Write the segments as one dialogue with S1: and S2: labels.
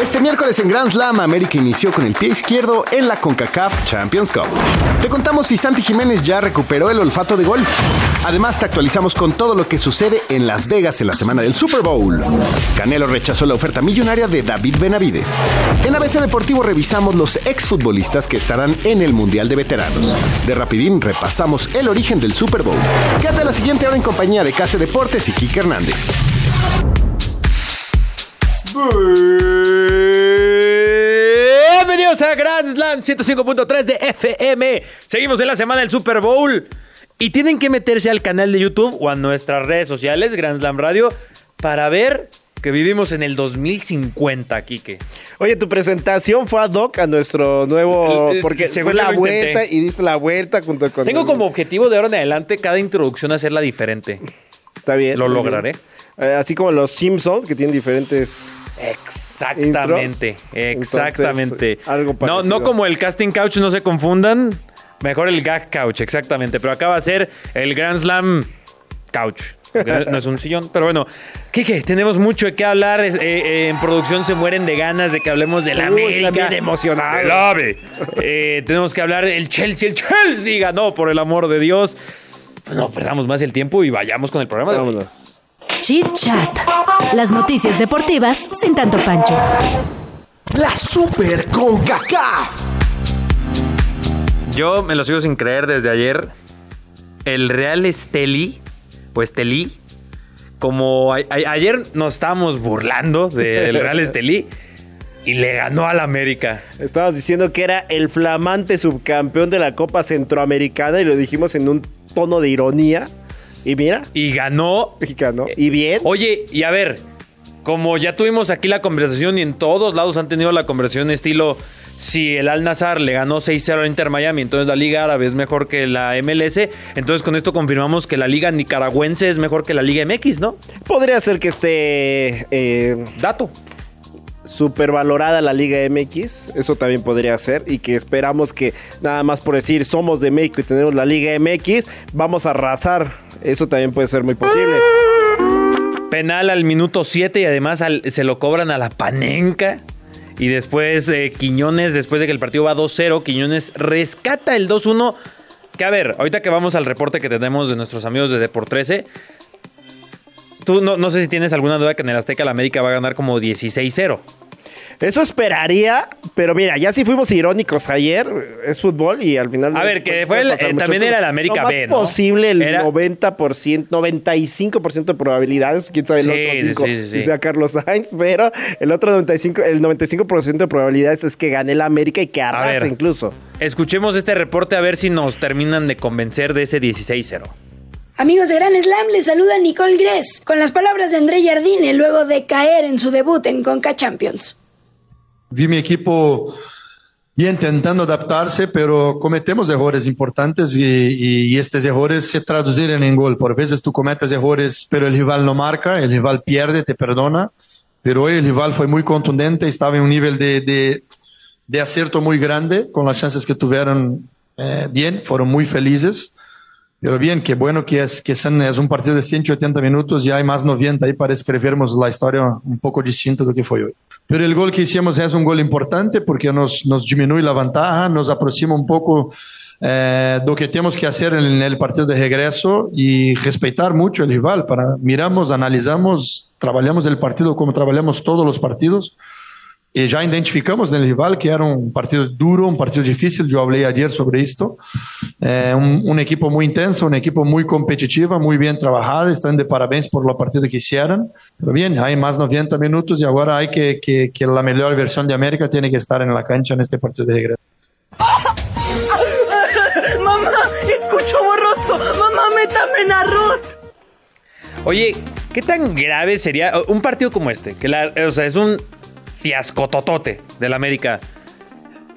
S1: Este miércoles en Grand Slam, América inició con el pie izquierdo en la CONCACAF Champions Cup. Te contamos si Santi Jiménez ya recuperó el olfato de gol. Además, te actualizamos con todo lo que sucede en Las Vegas en la semana del Super Bowl. Canelo rechazó la oferta millonaria de David Benavides. En ABC Deportivo revisamos los exfutbolistas que estarán en el Mundial de Veteranos. De Rapidín repasamos el origen del Super Bowl. Quédate a la siguiente hora en compañía de Case Deportes y Kike Hernández.
S2: Bienvenidos a Grand Slam 105.3 de FM. Seguimos en la semana del Super Bowl. Y tienen que meterse al canal de YouTube o a nuestras redes sociales, Grand Slam Radio, para ver que vivimos en el 2050, Quique.
S3: Oye, tu presentación fue ad hoc a nuestro nuevo.
S2: Es-
S3: Porque
S2: según
S3: fue la
S2: yo lo intenté.
S3: vuelta y diste la vuelta junto con.
S2: Tengo
S3: el-
S2: como objetivo de ahora en adelante cada introducción hacerla diferente.
S3: Está bien.
S2: Lo
S3: muy bien.
S2: lograré.
S3: Eh, así como los Simpsons, que tienen diferentes.
S2: Exactamente,
S3: Intros.
S2: exactamente.
S3: Entonces, algo
S2: no,
S3: parecido.
S2: no como el casting couch, no se confundan. Mejor el gag couch, exactamente. Pero acá va a ser el Grand Slam couch. Aunque No no es un sillón, pero bueno. Kike, tenemos mucho de qué hablar. Es- eh, eh, en producción se mueren de ganas de que hablemos de la
S3: Uy,
S2: América.
S3: están bien emocionados.
S2: Del AVE. Eh, tenemos que hablar del Chelsea. El Chelsea ganó, por el amor de Dios. Pues no perdamos más el tiempo y vayamos con el programa. de hoy.
S3: Vámonos.
S4: Chit Chat. Las noticias deportivas sin tanto pancho.
S1: La Super CONCACAF.
S2: Yo me lo sigo sin creer desde ayer. El Real Esteli, o Estelí, como a- a- ayer nos estábamos burlando del Real Estelí y le ganó al América.
S3: Estabas diciendo que era el flamante subcampeón de la Copa Centroamericana y lo dijimos en un tono de ironía. Y mira,
S2: Y ganó.
S3: mexicano. Y bien.
S2: Oye, y a ver, como ya tuvimos aquí la conversación y en todos lados han tenido la conversación estilo. Si el Al Nazar le ganó 6-0 al Inter Miami, entonces la Liga Árabe es mejor que la MLS. Entonces con esto confirmamos que la Liga Nicaragüense es mejor que la Liga MX, ¿no?
S3: Podría ser que esté eh,
S2: Dato.
S3: supervalorada la Liga MX, eso también podría ser, y que esperamos que nada más por decir somos de México y tenemos la Liga MX, vamos a arrasar, eso también puede ser muy posible.
S2: Penal al minuto 7 y además al- se lo cobran a la panenca. Y después eh, Quiñones, después de que el partido va 2-0, Quiñones rescata el 2-1. Que a ver, ahorita que vamos al reporte que tenemos de nuestros amigos de Deport 13. Tú no, no sé si tienes alguna duda que en el Azteca la América va a ganar como 16-0.
S3: Eso esperaría, pero mira, ya sí fuimos irónicos ayer, es fútbol y al final...
S2: A ver, que
S3: puede
S2: fue el-
S3: pasar
S2: eh,
S3: mucho.
S2: también era el América
S3: Lo más
S2: B, ¿no?
S3: posible el
S2: Era-
S3: 90%, 95% de probabilidades, quién sabe el
S2: Sí, sí,
S3: otro 5,
S2: sí, sí, sí.
S3: dice a Carlos Sainz, pero el otro 95, el 95% de probabilidades es que gane la América y que arrase
S2: ver.
S3: incluso.
S2: Escuchemos este reporte a ver si nos terminan de convencer de ese 16-0.
S5: Amigos de Gran Slam, les saluda Nicole Gress con las palabras de André Jardine luego de caer en su debut en Conca Champions.
S6: vi mi equipo ya intentando adaptarse, pero cometemos errores importantes y, y- y estos errores se traducirán en gol. Por veces tú cometes errores, pero el rival no marca, el rival pierde, te perdona. Pero hoy el rival fue muy contundente, estaba en un nivel de, de, de acierto muy grande, con las chances que tuvieron eh, bien, fueron muy felices. Pero bien, qué bueno que es, que son- es un partido de 180 minutos y hay más 90 ahí para escribirnos la historia un poco distinta de lo que fue hoy. Pero el gol que hicimos es un gol importante porque nos, nos disminuye la ventaja, nos aproxima un poco eh, de lo que tenemos que hacer en el partido de regreso y respetar mucho el rival. Para, miramos, analizamos, trabajamos el partido como trabajamos todos los partidos y E já identificamos no rival que era um partido duro, um partido difícil. Eu falei ayer sobre isto. É um, um equipo muito intenso, um equipo muito competitiva, muito bem trabalhada. Estão de parabéns por la partida que hicieron. Pero bien, há mais 90 minutos e agora há que, que, que a melhor versão de América tem que estar na cancha neste partido de regresso.
S7: Mamá, escucho borroso. Mamá, métame en arroz.
S2: Oye, ¿qué tan grave sería un partido como este? Que la- o sea, es un fiascototote del América.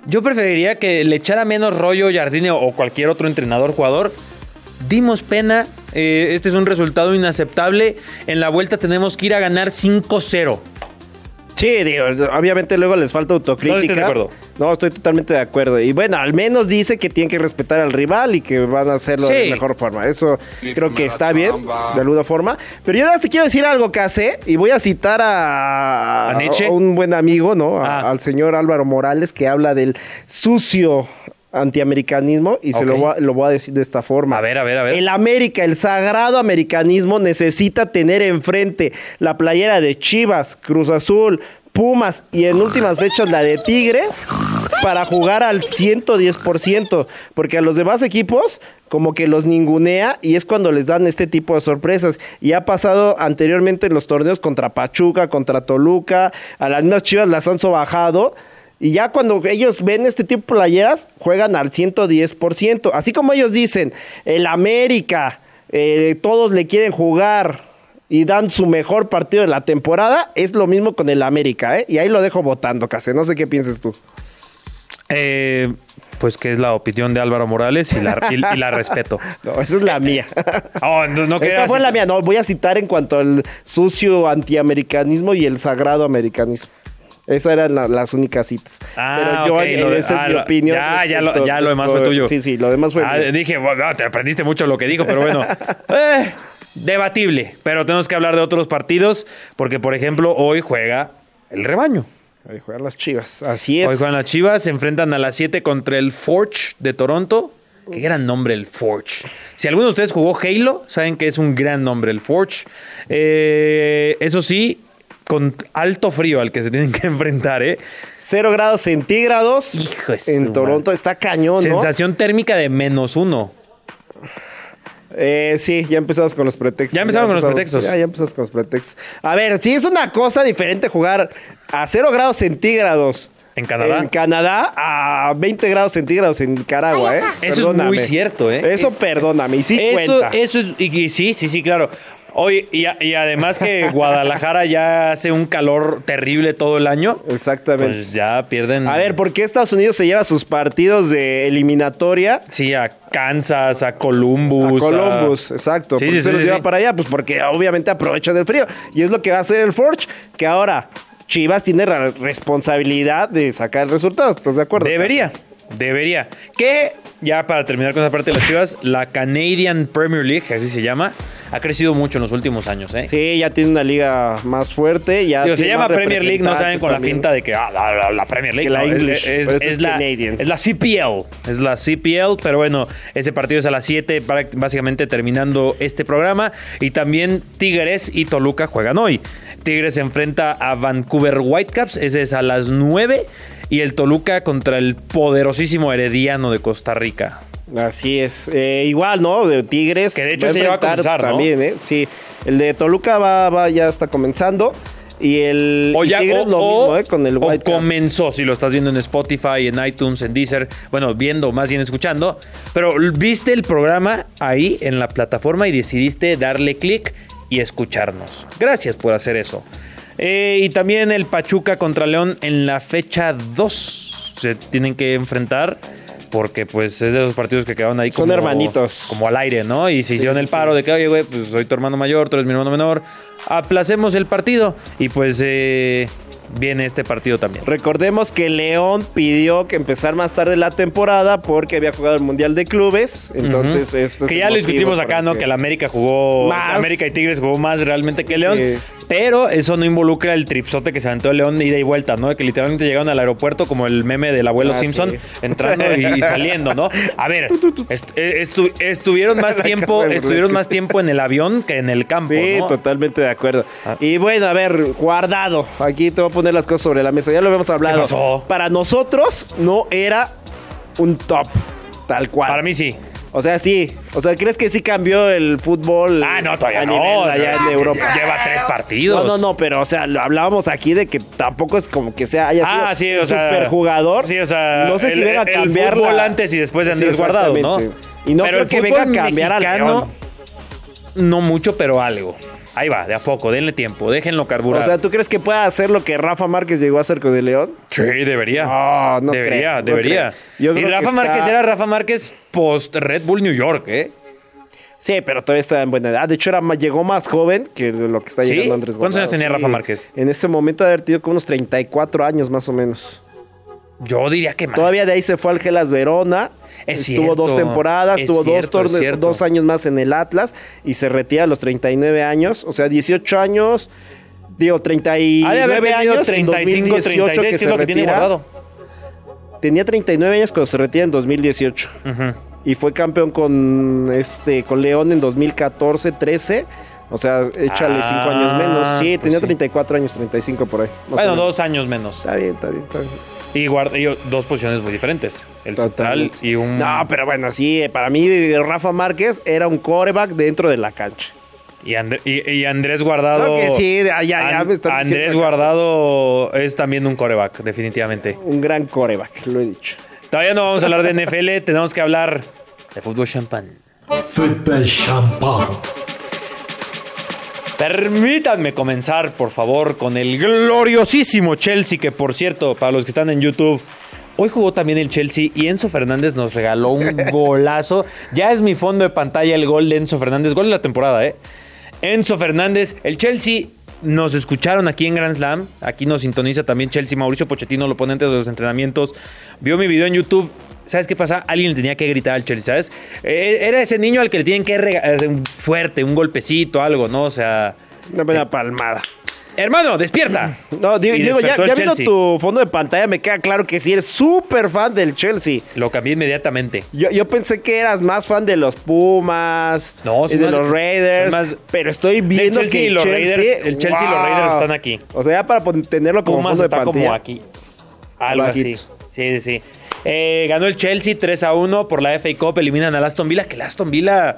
S2: Yo preferiría que le echara menos rollo Jardine o cualquier otro entrenador, jugador. Dimos pena. eh, este es un resultado inaceptable. En la vuelta tenemos que ir a ganar 5-0.
S3: Sí, digo, obviamente luego les falta autocrítica.
S2: No estés de acuerdo.
S3: No, estoy totalmente de acuerdo. Y bueno, al menos dice que tienen que respetar al rival y que van a hacerlo de
S2: Sí.
S3: mejor forma. Eso creo que está bien, de alguna forma. Pero yo nada más te quiero decir algo que hace y voy a citar a,
S2: ¿A Nietzsche?
S3: a un buen amigo, ¿no? A-
S2: Ah.
S3: Al señor Álvaro Morales que habla del sucio antiamericanismo y se lo
S2: Ok.
S3: voy, a, lo voy a decir de esta forma.
S2: A ver, a ver, a ver.
S3: El América, el sagrado americanismo, necesita tener enfrente la playera de Chivas, Cruz Azul, Pumas y en últimas fechas la de Tigres para jugar al 110%, porque a los demás equipos como que los ningunea y es cuando les dan este tipo de sorpresas. Y ha pasado anteriormente en los torneos contra Pachuca, contra Toluca, a las mismas Chivas las han sobajado. Y ya cuando ellos ven este tipo de playeras, juegan al 110%. Así como ellos dicen, el América, eh, todos le quieren jugar y dan su mejor partido de la temporada, es lo mismo con el América, ¿eh? Y ahí lo dejo votando, Case. No sé qué pienses tú.
S2: Eh, pues que es la opinión de Álvaro Morales y la, y- y la respeto.
S3: No, esa es la mía.
S2: Oh, no, no
S3: Esta
S2: quería
S3: fue
S2: citar-
S3: la mía. No, voy a citar en cuanto al sucio antiamericanismo y el sagrado americanismo. Esas eran la- las únicas citas.
S2: Ah,
S3: Pero yo,
S2: ok,
S3: eh,
S2: lo de-
S3: esa es
S2: ah,
S3: mi
S2: lo-
S3: opinión.
S2: Ya, ya, lo,
S3: respecto-
S2: ya lo demás fue
S3: respecto-
S2: tuyo.
S3: Sí, sí, lo demás fue
S2: Ah,
S3: mío.
S2: Dije, bueno, te aprendiste mucho lo que dijo, pero bueno. Eh, debatible. Pero tenemos que hablar de otros partidos, porque, por ejemplo, hoy juega el rebaño.
S3: Ahí juegan las chivas. Así es.
S2: Hoy juegan las Chivas, se enfrentan a las 7 contra el Forge de Toronto. Qué gran nombre el Forge. Si alguno de ustedes jugó Halo, saben que es un gran nombre el Forge. Eh, eso sí, con alto frío al que se tienen que enfrentar, ¿eh?
S3: Cero grados centígrados
S2: Hijo de su
S3: en Toronto.
S2: madre.
S3: Está cañón, ¿no?
S2: Sensación térmica de menos uno.
S3: Eh, sí, ya empezamos con los pretextos.
S2: Ya empezaron con los pretextos.
S3: Ya, ya empezamos con los pretextos. A ver, sí es una cosa diferente jugar a 0 grados centígrados.
S2: ¿En Canadá?
S3: En Canadá a 20 grados centígrados en Nicaragua, ¿eh?
S2: Eso es muy cierto, ¿eh?
S3: Eso perdóname, y sí
S2: Eso,
S3: cuenta.
S2: eso es. y- y sí, sí, sí, claro. Hoy, y, a- y además que Guadalajara ya hace un calor terrible todo el año.
S3: Exactamente.
S2: Pues ya pierden.
S3: a ver, ¿por qué Estados Unidos se lleva sus partidos de eliminatoria
S2: Sí, a Kansas, a Columbus.
S3: A Columbus, exacto.
S2: Sí,
S3: ¿Por
S2: sí,
S3: qué se
S2: sí,
S3: los
S2: sí,
S3: lleva
S2: sí.
S3: para allá? Pues porque obviamente aprovechan el frío. Y es lo que va a hacer el Forge, que ahora Chivas tiene la responsabilidad de sacar el resultado. ¿Estás de acuerdo?
S2: Debería, debería. Que, ya para terminar con esa parte de las chivas, la Canadian Premier League, que así se llama, ha crecido mucho en los últimos años, ¿eh?
S3: Sí, ya tiene una liga más fuerte. Ya
S2: Digo, se
S3: tiene
S2: llama
S3: más
S2: Premier League, no saben con la
S3: representantes
S2: finta de que ah, la, la- la Premier League.
S3: Que la
S2: no, es-
S3: English,
S2: es,
S3: pero esta
S2: es
S3: es
S2: la,
S3: Canadian.
S2: es la CPL. Es la CPL, pero bueno, ese partido es a las 7, para- básicamente terminando este programa. Y también Tigres y Toluca juegan hoy. Tigres se enfrenta a Vancouver Whitecaps, ese es a las 9. Y el Toluca contra el poderosísimo Herediano de Costa Rica.
S3: también. Así es. Eh, igual, ¿no? De Tigres.
S2: Que de hecho
S3: va
S2: ese ya va a
S3: enfrentar
S2: comenzar, ¿no?
S3: También, ¿eh? Sí. El de Toluca va, va- ya está comenzando. Y el
S2: O
S3: y
S2: ya
S3: Tigres
S2: o-
S3: lo
S2: o-
S3: mismo, ¿eh? Con el
S2: o
S3: White
S2: comenzó, si lo estás viendo en Spotify, en iTunes, en Deezer, bueno, viendo, más bien escuchando, pero viste el programa ahí en la plataforma y decidiste darle clic y escucharnos. Gracias por hacer eso. Eh, y también el Pachuca contra León en la fecha 2 se tienen que enfrentar. Porque pues es de esos partidos que quedaron ahí
S3: Son
S2: como,
S3: hermanitos.
S2: como al aire, ¿no? Y se
S3: Sí,
S2: hicieron
S3: sí,
S2: el
S3: sí.
S2: paro de que, oye, güey, pues soy tu hermano mayor, tú eres mi hermano menor, aplacemos el partido. Y pues eh, viene este partido también.
S3: Recordemos que León pidió que empezar más tarde la temporada porque había jugado el Mundial de Clubes. Entonces, este es
S2: que
S3: el
S2: ya lo
S3: motivo
S2: discutimos
S3: para
S2: acá, ¿no? Que el América jugó.
S3: Más.
S2: América y Tigres jugó más realmente que León.
S3: Sí.
S2: Pero eso no involucra el tripsote que se aventó el León de ida y vuelta, ¿no? Que literalmente llegaron al aeropuerto como el meme del abuelo
S3: Ah,
S2: Simpson,
S3: sí.
S2: entrando y, y saliendo, ¿no? A ver, est- eh, estu- estuvieron más
S3: La
S2: tiempo,
S3: cara de
S2: estuvieron
S3: Burlesque.
S2: más tiempo en el avión que en el campo.
S3: Sí,
S2: ¿no?
S3: totalmente de acuerdo.
S2: Ah.
S3: Y bueno, a ver, guardado. Aquí te voy a poner las cosas sobre la mesa. Ya lo habíamos hablado.
S2: pasó?
S3: Para nosotros no era un top. Tal cual.
S2: Para mí sí.
S3: O sea, sí. O sea, ¿crees que sí cambió el fútbol?
S2: Ah, no, todavía
S3: a
S2: no.
S3: nivel de allá
S2: ya-
S3: en Europa.
S2: Lleva tres partidos.
S3: No, no, no, pero o sea, lo hablábamos aquí de que tampoco es como que sea haya
S2: Ah, sí,
S3: sido
S2: o sea.
S3: superjugador.
S2: Sí, o sea.
S3: no sé si
S2: el-
S3: venga a
S2: el
S3: cambiar
S2: fútbol
S3: la-
S2: antes y después de
S3: Sí,
S2: Andrés Guardado, ¿no?
S3: exactamente. Y no creo
S2: el
S3: que venga a
S2: fútbol
S3: cambiar al León.
S2: No mucho, pero algo. Ahí va, de a poco, denle tiempo, déjenlo carburar.
S3: O sea, ¿tú crees que pueda hacer lo que Rafa Márquez llegó a hacer con el León?
S2: sí, debería.
S3: No, no
S2: debería,
S3: creo, no
S2: debería.
S3: creo. Yo
S2: y
S3: creo que
S2: Rafa
S3: está-
S2: Márquez era Rafa Márquez post Red Bull New York, ¿eh?
S3: Sí, pero todavía está en buena edad. De hecho, era, más- llegó más joven que lo que está
S2: ¿Sí?
S3: llegando Andrés
S2: ¿Cuántos años
S3: Guardado,
S2: tenía Rafa Márquez?
S3: En ese momento debe haber tenido como unos 34 años más o menos.
S2: Yo diría que más.
S3: Todavía de ahí se fue al Gelas Verona.
S2: Es
S3: estuvo dos
S2: cierto,
S3: temporadas,
S2: es
S3: tuvo dos,
S2: cierto, es
S3: torne-
S2: cierto.
S3: dos años más en el Atlas y se retira a los 39 años. O sea, 18 años, digo,
S2: Ha de haber
S3: 39
S2: tenido
S3: años. en
S2: 35,
S3: 2018
S2: 36, que es
S3: se
S2: lo que tiene
S3: retira.
S2: guardado.
S3: Tenía 39 años cuando se retira en 2018.
S2: Ujú.
S3: Y fue campeón con este con León en 2014, 13. O sea, échale
S2: Ah,
S3: 5 años menos. Sí,
S2: pues
S3: tenía
S2: sí.
S3: 34 años, 35 por ahí. más o
S2: Bueno,
S3: menos.
S2: dos años menos.
S3: Está bien, está bien, está bien.
S2: Y guarda, y dos posiciones muy diferentes. El central
S3: Totalmente.
S2: y un...
S3: No, pero bueno, sí, eh, para mí Rafa Márquez era un coreback dentro de la cancha.
S2: Y, Andre- y- y Andrés Guardado...
S3: Claro que sí, ya, ya, ya
S2: An-
S3: me están diciendo
S2: Andrés
S3: acá.
S2: Guardado es también un coreback, definitivamente.
S3: Un gran coreback, lo he dicho.
S2: Todavía no vamos a hablar de NFL, tenemos que hablar de fútbol champán.
S8: Football Champagne.
S2: Permítanme comenzar, por favor, con el gloriosísimo Chelsea, que por cierto, para los que están en YouTube, hoy jugó también el Chelsea y Enzo Fernández nos regaló un golazo. Ya es mi fondo de pantalla el gol de Enzo Fernández, gol de la temporada, ¿eh? Enzo Fernández, el Chelsea. Nos escucharon aquí en Grand Slam. Aquí nos sintoniza también Chelsea. Mauricio Pochettino lo pone antes de los entrenamientos. Vio mi video en YouTube. ¿Sabes qué pasa? Alguien le tenía que gritar al Chelsea, ¿sabes? Eh, Era ese niño al que le tienen que regalar fuerte, un golpecito, algo, ¿no? O sea,
S3: Una buena palmada.
S2: Hermano, despierta.
S3: Eh, No, digo,
S2: Y
S3: digo, ya,
S2: despertó el
S3: ya viendo
S2: Chelsea.
S3: tu fondo de pantalla, me queda claro que sí eres súper fan del Chelsea.
S2: Lo cambié inmediatamente.
S3: Yo, yo pensé que eras más fan de los Pumas
S2: No,
S3: y
S2: soy
S3: de
S2: más-
S3: los Raiders,
S2: soy más-
S3: pero estoy viendo
S2: Chelsea
S3: que
S2: y los Raiders- el Chelsea y los Raiders están aquí.
S3: O sea, ya para pon- tenerlo como
S2: Pumas
S3: fondo de
S2: está
S3: pantalla.
S2: como aquí. Algo así.
S3: Bajito.
S2: Sí, sí, sí. Eh, ganó el Chelsea 3 a 1 por la FA Cup. Eliminan al Aston Villa, que el Aston Villa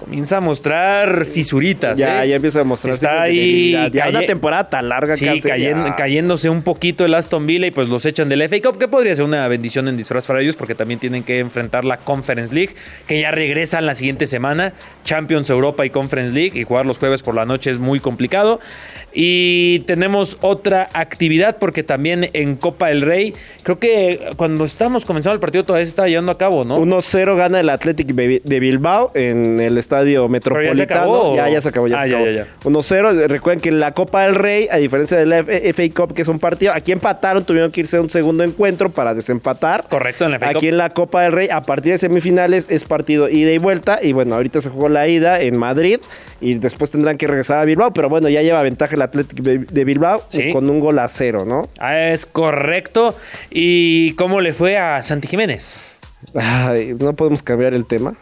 S2: comienza a mostrar fisuritas.
S3: Ya,
S2: ¿eh?
S3: ya empieza a mostrar
S2: Está
S3: signos de
S2: ahí.
S3: debilidad. Ya
S2: calle-
S3: una temporada tan larga
S2: Sí,
S3: que hace,
S2: cayen-
S3: ya.
S2: cayéndose un poquito el Aston Villa y pues los echan del FA Cup, que podría ser una bendición en disfraz para ellos porque también tienen que enfrentar la Conference League, que ya regresan la siguiente semana, Champions Europa y Conference League, y jugar los jueves por la noche es muy complicado. Y tenemos otra actividad porque también en Copa del Rey, creo que cuando estábamos comenzando el partido todavía se estaba llevando a cabo, ¿no?
S3: 1-0 gana el Athletic Be- de Bilbao en el estadio metropolitano.
S2: acabó, ¿o?
S3: ya, ya se acabó. Ya
S2: Ah,
S3: se
S2: ya,
S3: acabó.
S2: ya, ya.
S3: 1-0. Recuerden que en la Copa del Rey, a diferencia de la F- FA Cup, que es un partido, aquí empataron, tuvieron que irse a un segundo encuentro para desempatar.
S2: Correcto, en la FA
S3: Aquí
S2: Cup.
S3: en la Copa del Rey, a partir de semifinales, es partido ida y vuelta. Y bueno, ahorita se jugó la ida en Madrid y después tendrán que regresar a Bilbao. Pero bueno, ya lleva ventaja el Athletic Be- de Bilbao
S2: Sí.
S3: con un gol a cero, ¿no?
S2: Ah, es correcto. ¿Y cómo le fue a Santi Jiménez?
S3: Ay, no podemos cambiar el tema.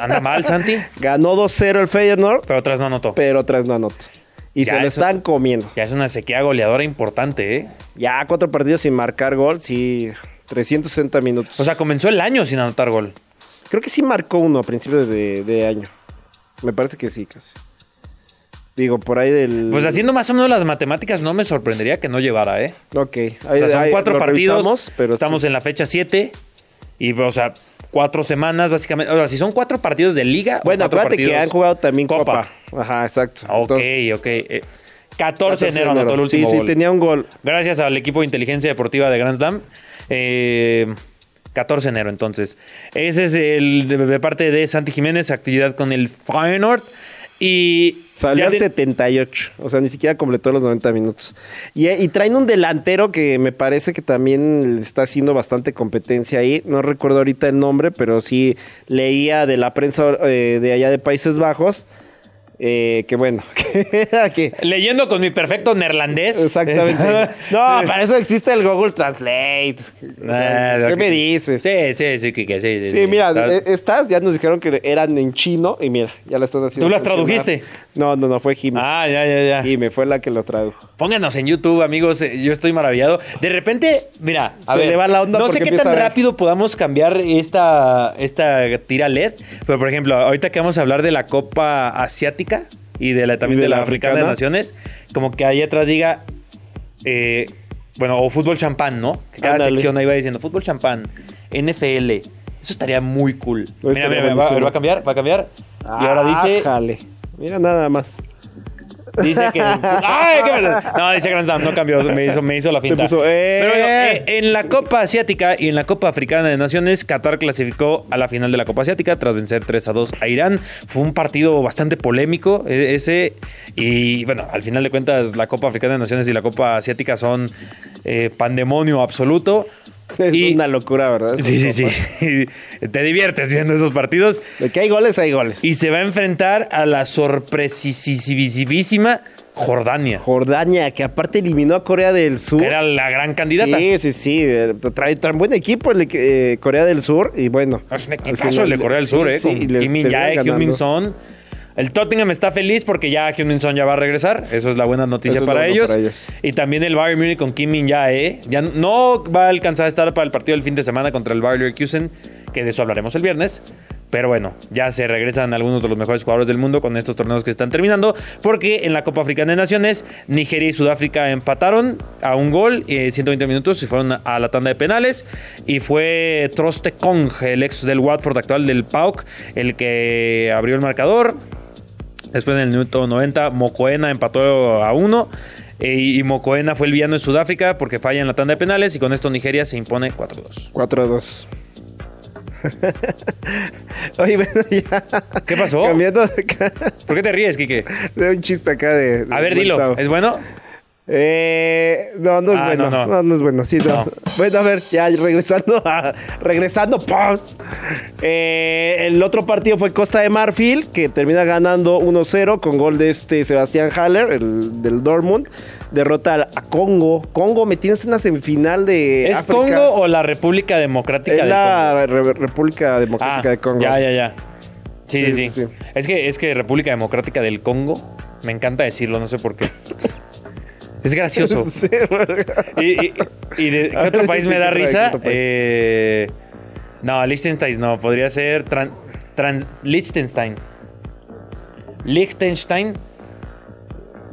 S2: ¿Anda mal Santi?
S3: Ganó 2-0 el Feyenoord,
S2: Pero otras no anotó.
S3: pero otras no anotó. Y
S2: Ya,
S3: se lo
S2: eso-
S3: están comiendo.
S2: Ya es una sequía goleadora importante, ¿eh?
S3: Ya cuatro partidos sin marcar gol, sí, 360 minutos.
S2: O sea, comenzó el año sin anotar gol.
S3: creo que sí marcó uno a principios de, de año. Me parece que sí, casi. Digo, por ahí del...
S2: Pues haciendo más o menos las matemáticas, no me sorprendería que no llevara, ¿eh?
S3: Ok.
S2: O sea,
S3: ahí-
S2: son
S3: ahí
S2: cuatro
S3: lo
S2: partidos,
S3: revisamos, pero
S2: estamos
S3: sí.
S2: en la fecha 7 y, o sea, cuatro semanas básicamente. O sea, si son cuatro partidos de liga... o
S3: Bueno,
S2: cuatro
S3: acuérdate que
S2: partidos-
S3: han jugado también Copa. Ajá, exacto.
S2: Ok,
S3: Entonces,
S2: ok. eh, 14 de enero anotó el último
S3: Sí, sí,
S2: gol.
S3: tenía un gol.
S2: Gracias al equipo de inteligencia deportiva de Grand Slam. Eh, 14 de enero, entonces. Ese es el de, de parte de Santi Jiménez, actividad con el Feyenoord. Y.
S3: Salió
S2: ya
S3: al
S2: de-
S3: 78, o sea, ni siquiera completó los 90 minutos. Y, y traen un delantero que me parece que también le está haciendo bastante competencia ahí. No recuerdo ahorita el nombre, pero sí leía de la prensa eh, de allá de Países Bajos. eh, que bueno, que era que...
S2: Leyendo con mi perfecto neerlandés.
S3: Exactamente. No, para eso existe el Google Translate. O sea,
S2: Ah,
S3: ¿Qué
S2: ok.
S3: me dices?
S2: Sí, sí, sí, Kike, sí, sí,
S3: Sí,
S2: sí.
S3: mira,
S2: Está-
S3: eh, estas ya nos dijeron que eran en chino y mira, ya la están haciendo.
S2: ¿Tú las
S3: funcionar.
S2: tradujiste?
S3: No, no, no, fue Jimmy.
S2: Ah, ya, ya, ya.
S3: Y me fue la que lo tradujo.
S2: Pónganos en YouTube, amigos. eh, Yo estoy maravillado. De repente, mira, a
S3: Se
S2: ver,
S3: le va la onda
S2: no sé
S3: porque
S2: qué
S3: empieza
S2: tan
S3: a ver.
S2: rápido podamos cambiar esta, esta tira LED. Pero, por ejemplo, ahorita que vamos a hablar de la Copa Asiática y de la, también
S3: Y
S2: de, la, Africana de Naciones, como que ahí atrás diga, eh, bueno, o fútbol champán, ¿no? Que cada
S3: Ándale.
S2: sección ahí va diciendo fútbol champán, NFL. Eso estaría muy cool.
S3: Hoy
S2: Mira, mira,
S3: estaría
S2: mira, va, a ver,
S3: buenísimo.
S2: va a cambiar, va a cambiar. y ahora dice...
S3: Ájale. Mira nada más.
S2: Dice que. ¡Ay, qué pasa! No, dice Grand Slam, no cambió, me hizo, me hizo la finta.
S3: puso, ¡eh!
S2: Pero bueno, eh, en la Copa Asiática y en la Copa Africana de Naciones, Qatar clasificó a la final de la Copa Asiática tras vencer 3 a 2 a Irán. Fue un partido bastante polémico eh, ese. Y bueno, al final de cuentas, la Copa Africana de Naciones y la Copa Asiática son eh, pandemonio absoluto.
S3: Es
S2: Y-
S3: una locura, ¿verdad?
S2: Sí, sí, sí. Te diviertes viendo esos partidos.
S3: De que hay goles, hay goles.
S2: Y se va a enfrentar a la sorpresivísima Jordania.
S3: Jordania, que aparte eliminó a Corea del Sur.
S2: que era la gran candidata.
S3: Sí, sí, sí. eh, Trae tan buen equipo el, eh, Corea del Sur y bueno.
S2: Ah, Es un
S3: al
S2: equipazo
S3: final-
S2: el de Corea del
S3: sí,
S2: Sur, ¿eh?
S3: sí,
S2: Con
S3: y les
S2: Kim
S3: terminan
S2: Min-jae,
S3: ganando.
S2: Hyun Min-son. El Tottenham está feliz porque ya Hyun Min-son ya va a regresar. Eso es la buena noticia
S3: Eso es
S2: para,
S3: bueno
S2: ellos.
S3: para ellos.
S2: Y también el Bayern Munich con Kim Min-jae. ¿eh? Ya no va a alcanzar a estar para el partido del fin de semana contra el Bayer Leverkusen, que de eso hablaremos el viernes. Pero bueno, ya se regresan algunos de los mejores jugadores del mundo con estos torneos que están terminando. Porque en la Copa Africana de Naciones, Nigeria y Sudáfrica empataron a un gol, eh, 120 minutos, y fueron a la tanda de penales. Y fue Troste Kong, el ex del Watford actual del PAOK, el que abrió el marcador. Después en el minuto 90, Mocoena empató a uno. eh, Y Mocoena fue el villano en Sudáfrica porque falla en la tanda de penales. Y con esto Nigeria se impone 4-2.
S3: 4 a 2. Oye, bueno, ya.
S2: ¿Qué pasó?
S3: Cambiando de, ca-
S2: ¿Por qué te ríes, Kike?
S3: de un chiste acá de.
S2: A
S3: de
S2: ver, dilo.
S3: vuelta.
S2: ¿Es bueno?
S3: Eh, no, no es
S2: Ah,
S3: bueno.
S2: no,
S3: No no.
S2: no.
S3: es bueno. Sí, no.
S2: No.
S3: Bueno, a ver, ya regresando a. Regresando, pause. Eh, el otro partido fue Costa de Marfil, que termina ganando 1-0 con gol de este Sebastián Haller, el del Dortmund. Derrota al- a Congo. Congo metiéndose en la semifinal de.
S2: ¿Es
S3: Eh, África.
S2: Congo o la República Democrática
S3: Es
S2: del Congo?
S3: la Re- República Democrática
S2: Ah,
S3: de Congo.
S2: Ya, ya, ya. Sí, sí,
S3: Sí,
S2: sí.
S3: sí, sí.
S2: Es, que, es que República Democrática del Congo, me encanta decirlo, no sé por qué. Es gracioso.
S3: Sí,
S2: ¿Y, y- y de, ¿qué
S3: A
S2: otro
S3: ver,
S2: país
S3: sí,
S2: me da
S3: sí, sí,
S2: risa?
S3: otro país.
S2: Eh, no, Liechtenstein no. Podría ser tran, tran- Liechtenstein. Liechtenstein.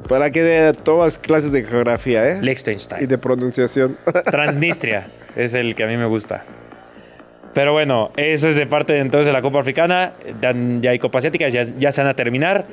S3: Para que tomas clases de geografía, ¿eh? y
S2: Liechtenstein.
S3: de pronunciación.
S2: Transnistria es el que a mí me gusta. Pero bueno, eso es de parte de entonces de la Copa Africana. Ya, ya hay Copa Asiática, ya, ya se van a terminar.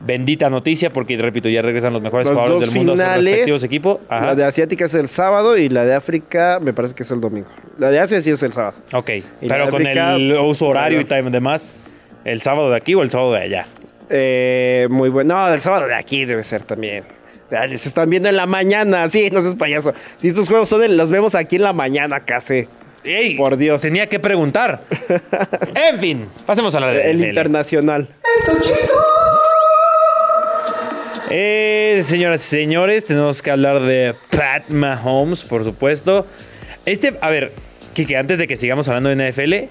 S2: Bendita noticia, porque repito, ya regresan los mejores
S3: Los
S2: jugadores
S3: dos
S2: del mundo a sus
S3: finales,
S2: respectivos equipos. Ajá.
S3: La de Asiática es el sábado y la de África me parece que es el domingo. La de Asia sí es el sábado.
S2: Ok,
S3: Y
S2: pero
S3: la
S2: con
S3: África,
S2: el uso horario y
S3: bueno.
S2: time demás, ¿el sábado de aquí o el sábado de allá?
S3: Eh, muy bueno. No, el sábado de aquí debe ser también. O sea, se están viendo en la mañana. Sí, no seas payaso. Si estos juegos son en- los vemos aquí en la mañana
S2: Eh,
S3: casi.
S2: ¡Ey!
S3: Por Dios.
S2: Tenía que preguntar. en fin, pasemos a la de
S3: El internacional.
S2: Eh, señoras y señores, tenemos que hablar de Pat Mahomes, por supuesto. Este, a ver, Kike, antes de que sigamos hablando de NFL,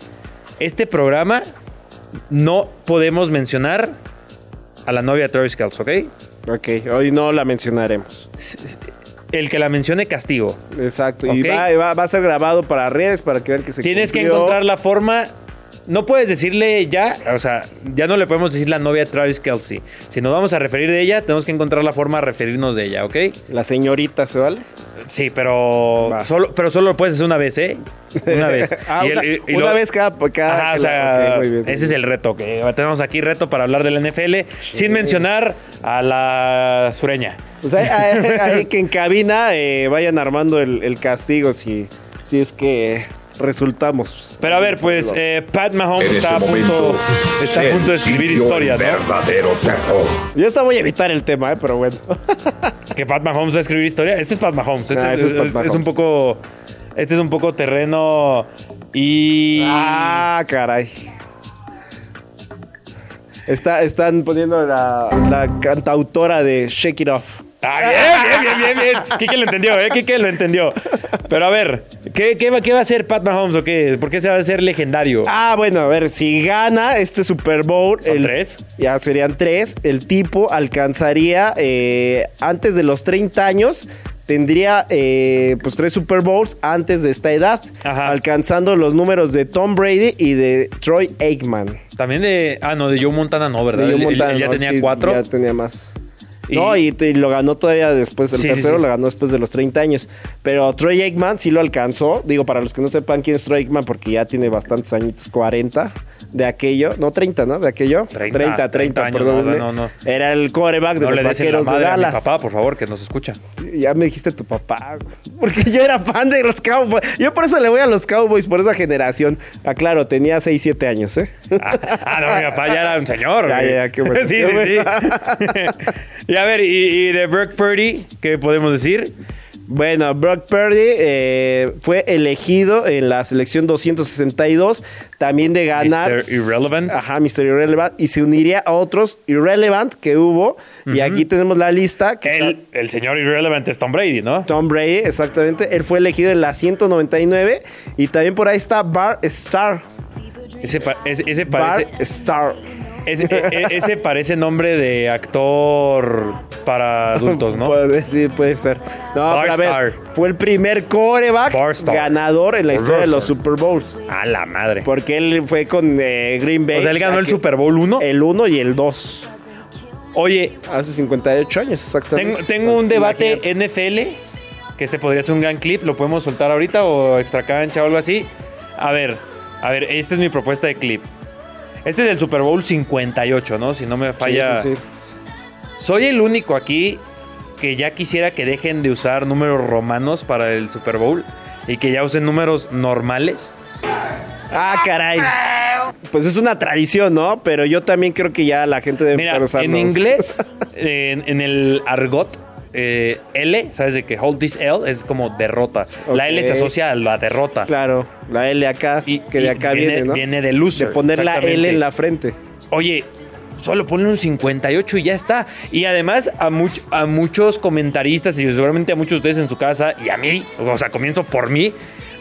S2: este programa no podemos mencionar a la novia de Travis Kelce, ¿ok?
S3: Ok, hoy no la mencionaremos.
S2: El que la mencione, castigo.
S3: Exacto.
S2: Ok.
S3: Y va, y va- va a ser grabado para redes para que vean que se
S2: Tienes que
S3: cumplió.
S2: encontrar la forma. No puedes decirle ya, o sea, ya no le podemos decir la novia de Travis Kelsey. Si nos vamos a referir de ella, tenemos que encontrar la forma de referirnos de ella, ¿ok?
S3: La señorita, ¿se vale?
S2: Sí, pero
S3: Va.
S2: solo, pero solo lo puedes hacer una vez, ¿eh? Una vez.
S3: Ah,
S2: Y el-
S3: una
S2: y- y
S3: una
S2: lo-
S3: vez cada. cada
S2: Ajá, o sea,
S3: ok, muy bien.
S2: ese es el reto que tenemos aquí, reto para hablar del NFL, sin mencionar a la sureña.
S3: O sea, Pues ahí- ahí que en cabina eh, vayan armando el, el castigo si, si es que resultamos.
S2: Pero a ver, pues eh, Pat Mahomes
S9: En
S2: está a
S9: ese
S2: punto,
S9: momento
S2: está a
S9: se
S2: punto de escribir
S9: sintió
S2: historia,
S9: el
S2: ¿no?
S9: verdadero terror.
S3: Yo hasta voy a evitar el tema, eh, pero bueno.
S2: Que Pat Mahomes va a escribir historia. Este es Pat Mahomes. Este,
S3: Ah,
S2: es,
S3: este es Pat
S2: es-
S3: Mahomes.
S2: es un poco, este es un poco terreno y
S3: Ah, caray. Está, están poniendo la, la cantautora de Shake It Off.
S2: Ah, bien, bien, bien, bien, bien. Kike lo entendió, ¿eh? Kike lo entendió. Pero a ver, ¿qué, qué, va, ¿qué va a hacer Pat Mahomes o qué? ¿Por qué se va a hacer legendario?
S3: Ah, bueno, a ver, si gana este Super Bowl.
S2: ¿Son
S3: el-
S2: tres?
S3: Ya serían tres. El tipo alcanzaría eh, antes de los 30 años. Tendría eh, pues tres Super Bowls antes de esta edad,
S2: Ajá.
S3: alcanzando los números de Tom Brady y de Troy Aikman.
S2: También de. Ah, no, de Joe Montana no, ¿verdad?
S3: De Joe
S2: Él- él-
S3: Montana,
S2: él ya
S3: ¿no?
S2: tenía
S3: Sí,
S2: cuatro.
S3: Ya tenía más. No, y, y lo ganó todavía después, el
S2: Sí, sí,
S3: tercero
S2: sí.
S3: lo ganó después de los 30 años. Pero Troy Aikman sí lo alcanzó. Digo, para los que no sepan quién es Troy Aikman, porque ya tiene bastantes añitos, 40 de aquello. No, 30, ¿no? De aquello.
S2: 30,
S3: 30, 30,
S2: 30 años,
S3: perdón.
S2: no, no, no.
S3: Era el coreback de
S2: no
S3: los
S2: le des en la
S3: vaqueros de
S2: madre a mi
S3: Dallas.
S2: papá, por favor, que nos escucha.
S3: Ya me dijiste tu papá, güey. porque yo era fan de los Cowboys. Yo por eso le voy a los Cowboys, por esa generación. Aclaro, tenía 6, 7 años, ¿eh?
S2: Ah, ah, no, mi papá ya era un señor.
S3: Ya,
S2: güey.
S3: ya, qué bueno.
S2: Sí,
S3: Qué
S2: sí, sí.
S3: bueno.
S2: y a ver, y, y de Brock Purdy, ¿qué podemos decir?
S3: Bueno, Brock Purdy eh, fue elegido en la selección 262, también de ganar.
S2: Mr. Irrelevant.
S3: Ajá, Mr. Irrelevant. Y se uniría a otros Irrelevant que hubo. Y aquí tenemos la lista. Que está-
S2: El, el señor irrelevant es Tom Brady, ¿no?
S3: Tom Brady, exactamente. Él fue elegido en la 199. Y también por ahí está Bar Star.
S2: Ese, pa- ese, ese parece,
S3: Bar Star.
S2: ese, e- e- ese parece nombre de actor para adultos, ¿no?
S3: Puede, sí, puede ser. No,
S2: Bar
S3: pero a ver,
S2: Star.
S3: fue el primer coreback
S2: Bar Star.
S3: ganador en la historia de los
S2: Russell.
S3: Super Bowls.
S2: A la madre.
S3: Porque él fue con eh, Green Bay.
S2: O sea, él ganó el
S3: Aquí-
S2: Super Bowl 1.
S3: El 1 y el 2.
S2: Oye,
S3: Hace 58 años, exactamente.
S2: tengo, tengo un
S3: Entonces,
S2: debate
S3: imagínate.
S2: NFL, que este podría ser un gran clip, lo podemos soltar ahorita o extra cancha o algo así. A ver, a ver, esta es mi propuesta de clip. Este es del Super Bowl 58, ¿no? Si no me
S3: Sí,
S2: falla.
S3: sí, sí.
S2: Soy el único aquí que ya quisiera que dejen de usar números romanos para el Super Bowl y que ya usen números normales.
S3: Ah, caray. Pues es una tradición, ¿no? Pero yo también creo que ya la gente debe
S2: Mira,
S3: empezar a usar
S2: en
S3: los-
S2: inglés, en, en el argot, eh, L, sabes de que hold this L es como derrota. La L
S3: Ok.
S2: se asocia a la derrota.
S3: claro, la L acá,
S2: Y-
S3: que de
S2: y
S3: acá viene,
S2: viene-
S3: ¿no?
S2: viene de loser,
S3: De poner la L
S2: exactamente.
S3: en la frente.
S2: Oye, solo ponle un 58 y ya está. Y además a, much- a muchos comentaristas y seguramente a muchos de ustedes en su casa y a mí, o sea, comienzo por mí,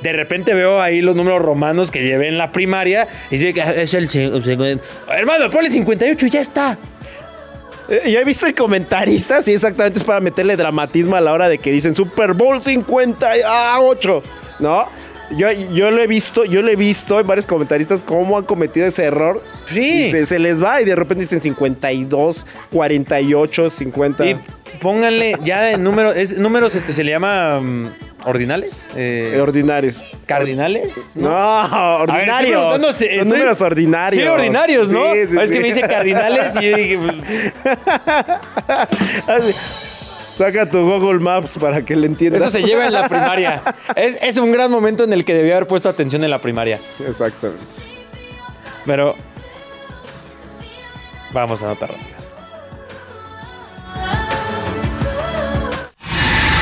S2: de repente veo ahí los números romanos que llevé en la primaria y dice que "Ah, es el... cin- cin- Hermano, ponle 58 y ya está.
S3: Eh, Yo he visto el comentarista, sí, exactamente, es para meterle dramatismo a la hora de que dicen Super Bowl 58, ¿no? Yo, yo lo he visto, yo lo he visto en varios comentaristas cómo han cometido ese error.
S2: Sí.
S3: Y se, se les va y de repente dicen 52, 48, 50.
S2: Y pónganle ya en número, es, números este, se le llama mm, ordinales, eh,
S3: eh, ordinarios.
S2: cardinales.
S3: No,
S2: A ver, estoy
S3: ordinarios.
S2: preguntando si-
S3: Son
S2: estoy-
S3: números ordinarios.
S2: Sí, ordinarios, ¿no? Ah,
S3: Sí, sí,
S2: es
S3: sí.
S2: que me dice cardinales y yo dije, pues,
S3: Así. Saca tu Google Maps para que le entiendas.
S2: eso se lleva en la primaria. Es, es un gran momento en el que debía haber puesto atención en la primaria.
S3: Exactamente.
S2: Pero vamos a anotar rápidas.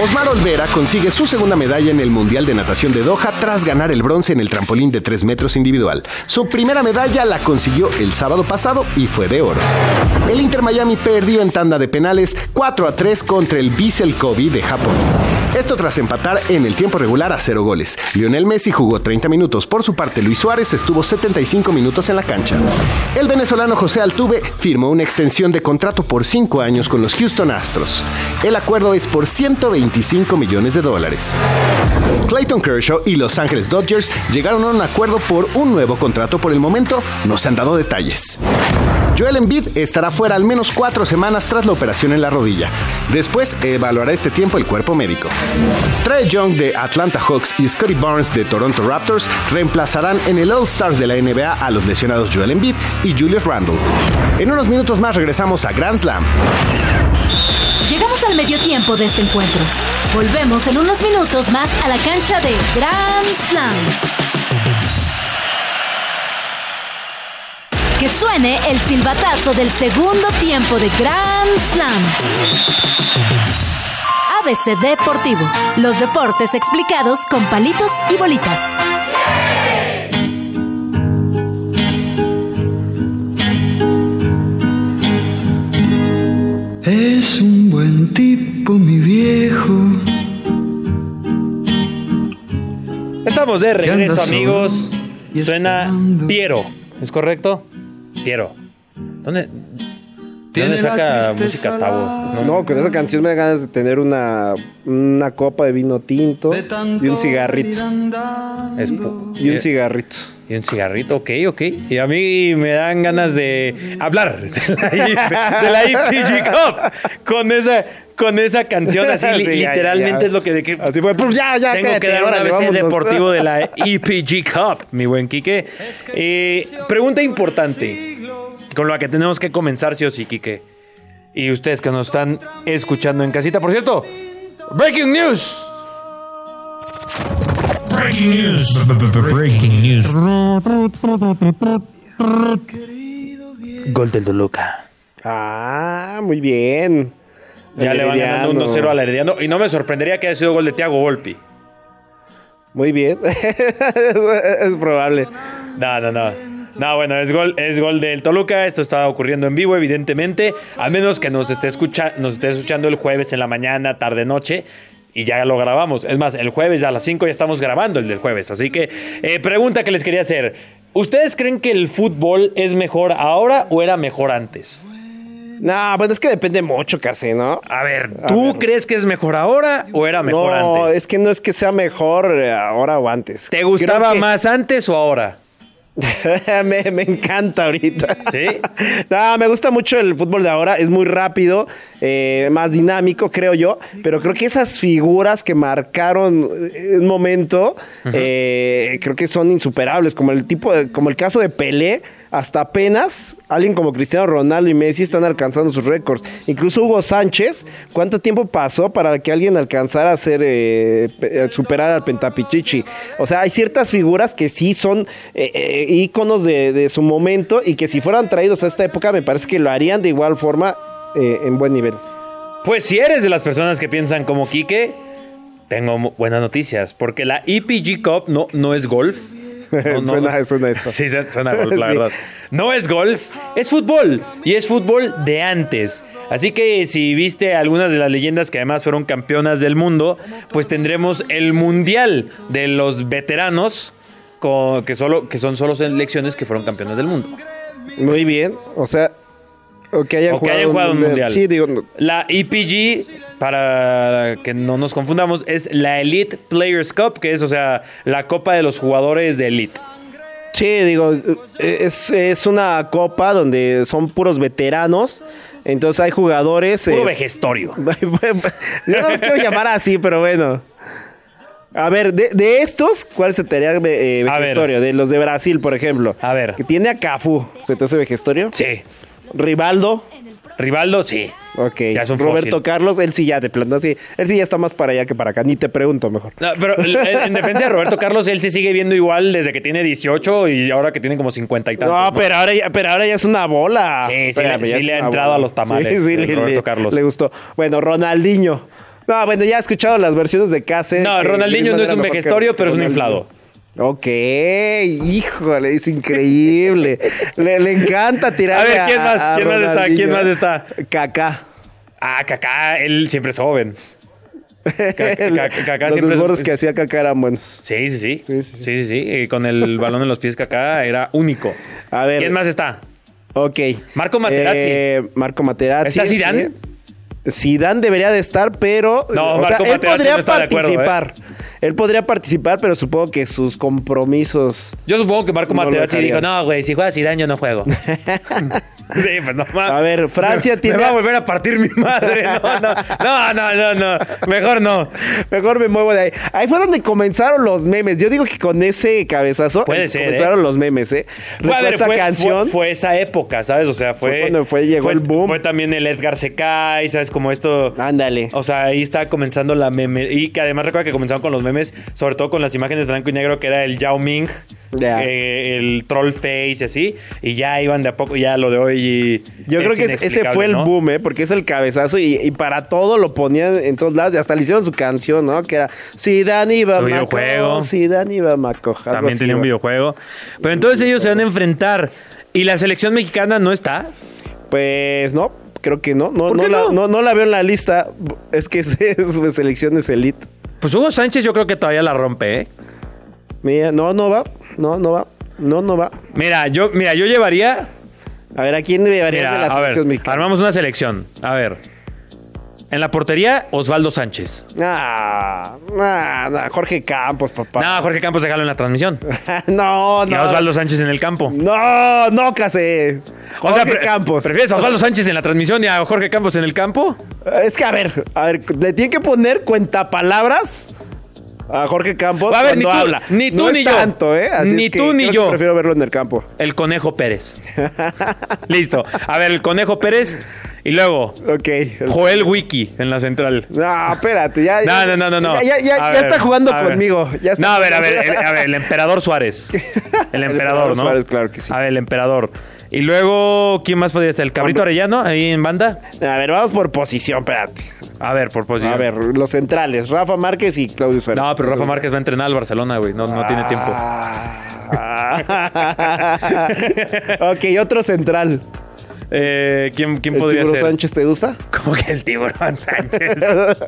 S1: Osmar Olvera consigue su segunda medalla en el Mundial de Natación de Doha tras ganar el bronce en el trampolín de 3 metros individual. Su primera medalla la consiguió el sábado pasado y fue de oro. El Inter Miami perdió en tanda de penales 4 a 3 contra el Bissell Kobe de Japón. Esto tras empatar en el tiempo regular a 0 goles. Lionel Messi jugó 30 minutos. Por su parte, Luis Suárez estuvo 75 minutos en la cancha. El venezolano José Altuve firmó una extensión de contrato por 5 años con los Houston Astros. El acuerdo es por 125 millones de dólares. Clayton Kershaw y Los Ángeles Dodgers llegaron a un acuerdo por un nuevo contrato. Por el momento, no se han dado detalles. Joel Embiid estará fuera al menos cuatro semanas tras la operación en la rodilla. Después evaluará este tiempo el cuerpo médico. Trae Young de Atlanta Hawks y Scotty Barnes de Toronto Raptors reemplazarán en el All Stars de la NBA a los lesionados Joel Embiid y Julius Randle. En unos minutos más regresamos a Grand Slam.
S4: Llegamos al medio tiempo de este encuentro. Volvemos en unos minutos más a la cancha de Grand Slam. Que suene el silbatazo del segundo tiempo de Grand Slam. ABC Deportivo. Los deportes explicados con palitos y bolitas.
S8: Es un buen tipo, mi viejo.
S2: Estamos de regreso,
S8: andas
S2: amigos.
S8: solo y
S2: Suena
S8: esperando.
S2: Piero, ¿es correcto? Piero. ¿Dónde? ¿Dónde
S8: Tiene la
S2: saca
S8: tristeza
S2: música Tavo?
S8: la-
S2: ¿No?
S3: No, con esa canción me da ganas de tener una, una copa de vino tinto
S8: de tanto
S3: y un cigarrito.
S8: ir andando.
S2: Es po-
S3: Y un cigarrito.
S2: Y un cigarrito, ok, ok. Y a mí me dan ganas de hablar de la, IP de la IPG Cup con esa, con esa canción así, li-
S3: Sí, ya,
S2: literalmente
S3: ya.
S2: es lo que... De que
S3: Así fue, ¡pum! ya, ya,
S2: Tengo
S3: Ah, cállate,
S2: que dar una
S3: órale,
S2: vez el
S3: vámonos.
S2: deportivo de la EPG Cup, mi buen Quique. Eh, pregunta importante, con la que tenemos que comenzar sí o sí, Quique. Y ustedes que nos están escuchando en casita, por cierto, Breaking News.
S9: Breaking news. Breaking news.
S2: Gol del Toluca.
S3: Ah, muy bien.
S2: Ya
S3: El
S2: le van ganando
S3: Herediano.
S2: 1-0 al Herediano. Y no me sorprendería que haya sido gol de Thiago Volpi.
S3: Muy bien. es, es probable.
S2: No, no, no. No, bueno, es gol, es gol del Toluca. Esto está ocurriendo en vivo, evidentemente. A menos que nos esté, escucha, nos esté escuchando el jueves en la mañana, tarde, noche. Y ya lo grabamos. Es más, el jueves a las 5 ya estamos grabando el del jueves. Así que, eh, pregunta que les quería hacer. ¿Ustedes creen que el fútbol es mejor ahora o era mejor antes?
S3: No, bueno, es que depende mucho casi, ¿no?
S2: A ver, ¿tú crees que es mejor ahora o era Ah, mejor
S3: no,
S2: antes?
S3: es que no es que sea mejor eh, ahora o antes.
S2: ¿Te
S3: Creo
S2: gustaba
S3: que-
S2: más antes o ahora?
S3: me, me encanta ahorita.
S2: ¿Sí?
S3: no, me gusta mucho el fútbol de ahora. Es muy rápido, eh, más dinámico, creo yo. Pero creo que esas figuras que marcaron eh, un momento, eh, creo que son insuperables. Como el tipo, de- como el caso de Pelé, hasta apenas alguien como Cristiano Ronaldo y Messi están alcanzando sus récords. Incluso Hugo Sánchez, ¿cuánto tiempo pasó para que alguien alcanzara a ser eh, pe- eh, superar al Pentapichichi? O sea, hay ciertas figuras que sí son eh, eh, íconos de, de su momento y que si fueran traídos a esta época me parece que lo harían de igual forma eh, en buen nivel.
S2: Pues si eres de las personas que piensan como Quique, tengo mu- buenas noticias, porque la EPG Cup no, no es golf. No, no.
S3: Suena- suena eso.
S2: Sí, su- suena a golf, la
S3: Sí.
S2: verdad. No es golf, es fútbol. Y es fútbol de antes. Así que si viste algunas de las leyendas que además fueron campeonas del mundo, pues tendremos el Mundial de los Veteranos, con- que, solo, que son solo selecciones que fueron campeonas del mundo.
S3: Muy bien, o sea, o que hayan
S2: O que
S3: jugado,
S2: hayan jugado un mundial.
S3: Sí, digo, no-
S2: La EPG, para que no nos confundamos, es la Elite Players Cup, que es, o sea, la copa de los jugadores de elite.
S3: Sí, digo, eh, es, es una copa donde son puros veteranos. Entonces hay jugadores.
S2: Puro
S3: eh,
S2: vejestorio.
S3: Yo no los quiero llamar así, pero bueno. A ver, de, de estos, ¿cuál se te haría eh,
S2: A ver.
S3: vejestorio? De los de Brasil, por ejemplo.
S2: A ver.
S3: Que tiene a Cafú. ¿Se te hace vejestorio?
S2: Sí.
S3: Rivaldo.
S2: Rivaldo, sí.
S3: Ok.
S2: Ya es un
S3: Roberto
S2: fósil.
S3: Carlos, él sí ya, de plano. sí. Él sí ya está más para allá que para acá. Ni te pregunto mejor.
S2: No, pero en en defensa de Roberto Carlos, él se sigue viendo igual desde que tiene 18 y ahora que tiene como 50 y tantos.
S3: No,
S2: ¿no?
S3: pero ahora, ya, pero ahora ya es una bola.
S2: Sí, sí
S3: Espérame,
S2: le-
S3: ya
S2: sí
S3: es
S2: le ha
S3: una
S2: entrado a los tamales, el Roberto Carlos.
S3: Le gustó. Bueno, Ronaldinho. No, bueno, ya he escuchado las versiones de Case.
S2: No,
S3: que
S2: Ronaldinho
S3: Luis
S2: no es
S3: Manuel
S2: un
S3: mejor que
S2: vejestorio, pero es un
S3: Ronaldinho.
S2: inflado.
S3: Ok, híjole, es increíble. le, le encanta tirar.
S2: A ver, ¿quién más? ¿Quién más está? ¿Quién más está?
S3: Kaká.
S2: Ah, Kaká, él siempre es joven. Kaká- Kaká
S3: Los
S2: siempre es-
S3: desbordes que hacía Kaká eran buenos.
S2: Sí, sí, sí. Sí,
S3: Sí,
S2: sí,
S3: sí,
S2: sí. Y con el balón en los pies Kaká era único.
S3: A ver.
S2: ¿Quién más está?
S3: Ok.
S2: Marco Materazzi.
S3: Eh, Marco Materazzi.
S2: ¿Está Zidane?
S3: Zidane debería de estar, pero
S2: No, Marco
S3: él
S2: Materazzi
S3: podría
S2: no está de acuerdo, ¿eh?
S3: participar. Él podría participar, pero supongo que sus compromisos.
S2: Yo supongo que Marco
S3: No lo
S2: Materazzi dijo,
S3: dejaría.
S2: no, güey, si juegas Zidane yo no juego. sí, pues no mames.
S3: A ver, Francia
S2: me,
S3: tiene-
S2: Me va a volver a partir mi madre. No, no, no, no, no, no. Mejor no.
S3: Mejor me muevo de ahí. Ahí fue donde comenzaron los memes. Yo digo que con ese cabezazo eh,
S2: Puede ser,
S3: comenzaron los memes, ¿eh?
S2: Fue, a
S3: Recuerda
S2: ver,
S3: esa
S2: fue-
S3: canción.
S2: Fue, fue esa época, ¿sabes? O sea, fue...
S3: Fue cuando fue- llegó el boom.
S2: Fue también el Edgar Secai, ¿sabes? Como esto...
S3: Ándale.
S2: O sea, ahí está comenzando la meme. Y que además recuerda que comenzaron con los memes, sobre todo con las imágenes blanco y negro, que era el Yao Ming,
S3: Ya.
S2: eh, el Troll Face y así. Y ya iban de a poco, ya lo de hoy. y-
S3: Yo
S2: es
S3: creo que es- ese
S2: inexplicable,
S3: fue el
S2: ¿no?
S3: boom, ¿eh? Porque es el cabezazo y, y para todo lo ponían en todos lados. Y hasta le hicieron su canción, ¿no? Que era Zidane iba
S2: Su
S3: Maco.
S2: videojuego.
S3: Zidane iba Maco. algo
S2: También
S3: así,
S2: tenía un
S3: ¿no?
S2: videojuego. Pero entonces ellos se van a enfrentar. Y la selección mexicana no está.
S3: Pues no, creo que no. No,
S2: ¿Por
S3: no,
S2: qué
S3: la,
S2: no?
S3: no? no la veo en la lista. Es que es, es selecciones elite.
S2: Pues Hugo Sánchez yo creo que todavía la rompe, ¿eh?
S3: Mira, no, no va. No, no va. No, no va.
S2: Mira, yo, mira, yo llevaría
S3: A ver, ¿a quién llevarías
S2: Mira,
S3: de la
S2: a ver,
S3: selección mexicana?
S2: armamos una selección. A ver. En la portería, Osvaldo Sánchez.
S3: Ah, ah, nah, Jorge Campos, papá.
S2: No, Jorge Campos, déjalo en la transmisión.
S3: no,
S2: Y
S3: no.
S2: a Osvaldo Sánchez en el campo.
S3: No, no, casé.
S2: O
S3: Jorge
S2: sea, pre-
S3: Campos.
S2: ¿Prefieres a Osvaldo Sánchez en la transmisión y a Jorge Campos en el campo?
S3: Es que, a ver, a ver, le tienen que poner cuentapalabras a Jorge Campos
S2: A ver, ni
S3: cuando
S2: tú-
S3: habla.
S2: ni tú
S3: No es
S2: ni yo.
S3: tanto, ¿eh? Así
S2: Ni
S3: es que
S2: tú ni
S3: creo que
S2: yo.
S3: Prefiero verlo en el campo.
S2: El Conejo Pérez. Listo. A ver, el Conejo Pérez y luego
S3: Ok.
S2: Joel Wiki en la central.
S3: No, espérate, ya.
S2: No, no, no, no. no.
S3: Ya, ya- ya-
S2: A
S3: ya
S2: ver,
S3: está jugando
S2: a ver.
S3: conmigo. Ya está
S2: no, a ver, a ver,
S3: jugando.
S2: el, a ver, el emperador Suárez. El emperador,
S3: emperador
S2: ¿no?
S3: Suárez, claro que sí.
S2: A ver, el emperador. Y luego, ¿quién más podría estar? ¿El cabrito Arellano ahí en banda?
S3: A ver, vamos por posición, espérate.
S2: A ver, por posición.
S3: A ver, los centrales, Rafa Márquez y Claudio Suárez.
S2: No, pero Rafa Márquez va a entrenar al Barcelona, güey. No, no tiene tiempo.
S3: Ah. ok, otro central.
S2: Eh, ¿Quién, quién
S3: ¿El
S2: podría
S3: Tiburo
S2: ser?
S3: Sánchez te gusta?
S2: Como que el tiburón Sánchez.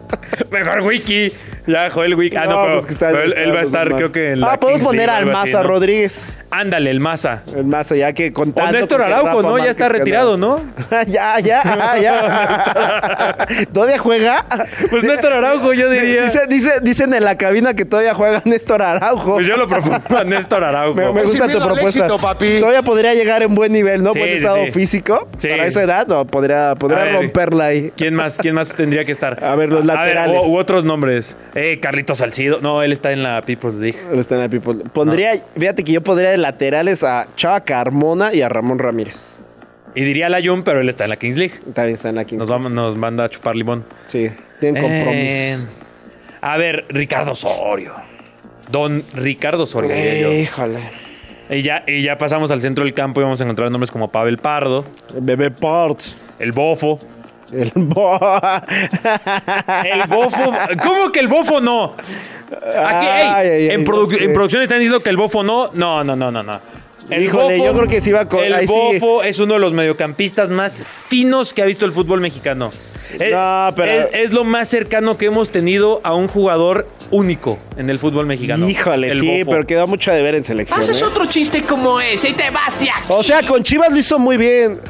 S2: Mejor Wiki. Ya, Joel Wiki. Ah, no, pero,
S3: pues que está-
S2: pero él,
S3: está
S2: él va a estar,
S3: mal.
S2: creo que en la
S3: Ah, podemos
S2: Kings
S3: poner
S2: League,
S3: al
S2: algo así,
S3: Maza
S2: ¿no?
S3: Rodríguez.
S2: Ándale, el Maza.
S3: El Maza, ya que con tanto...
S2: Néstor
S3: con que
S2: Araujo,
S3: Rafa
S2: ¿no? Ya está
S3: Márquez que
S2: retirado,
S3: andaba. ya, ya, ya. ¿Todavía juega?
S2: Pues Néstor Araujo, yo diría.
S3: Dice- dice- dicen en la cabina que todavía juega Néstor Araujo.
S2: Pues yo lo propongo a Néstor Araujo.
S3: Me, me gusta tu
S1: Exhibido al
S3: propuesta.
S1: éxito, papi.
S3: Todavía podría llegar en buen nivel, ¿no?
S2: Sí,
S3: buen
S2: sí,
S3: estado
S2: sí.
S3: físico.
S2: Sí.
S3: Para esa edad, no, podría, podría
S2: A ver.
S3: romperla ahí.
S2: ¿Quién más, ¿Quién más tendría que estar?
S3: A ver, los laterales.
S2: u, u otros nombres. Eh, Carlitos Salcido. No, él está en la People's League.
S3: Está en el people. Pondría,
S2: Ah.
S3: fíjate que yo podría de laterales a Chava Carmona y a Ramón Ramírez.
S2: Y diría la Jun, pero él está en la Kings League.
S3: También está en la quinta.
S2: Nos, vamos, nos manda a chupar limón.
S3: Sí, tienen compromisos.
S2: Eh, a ver, Ricardo Osorio. Don Ricardo Osorio. diría yo.
S3: Híjole.
S2: Y ya, y ya pasamos al centro del campo y vamos a encontrar nombres como Pavel Pardo,
S3: Bebé Port.
S2: el Bofo.
S3: El bo-
S2: El Bofo. ¿Cómo que el Bofo no? Aquí, ey,
S3: Ay, ay, ay,
S2: en,
S3: no
S2: produ-
S3: sé.
S2: en producción están diciendo que el Bofo no. No, no, no, no, no.
S3: Híjole, yo creo que sí va con-
S2: El
S3: ahí sí.
S2: Bofo es uno de los mediocampistas más finos que ha visto el fútbol mexicano. Es,
S3: No, pero-
S2: es, es lo más cercano que hemos tenido a un jugador único en el fútbol mexicano.
S3: Híjole,
S2: El
S3: sí,
S2: Bofo.
S3: pero queda mucho de ver en selección.
S7: Haces
S3: ¿eh?
S7: otro chiste como ese y te vas de aquí.
S3: O sea, con Chivas lo hizo muy bien.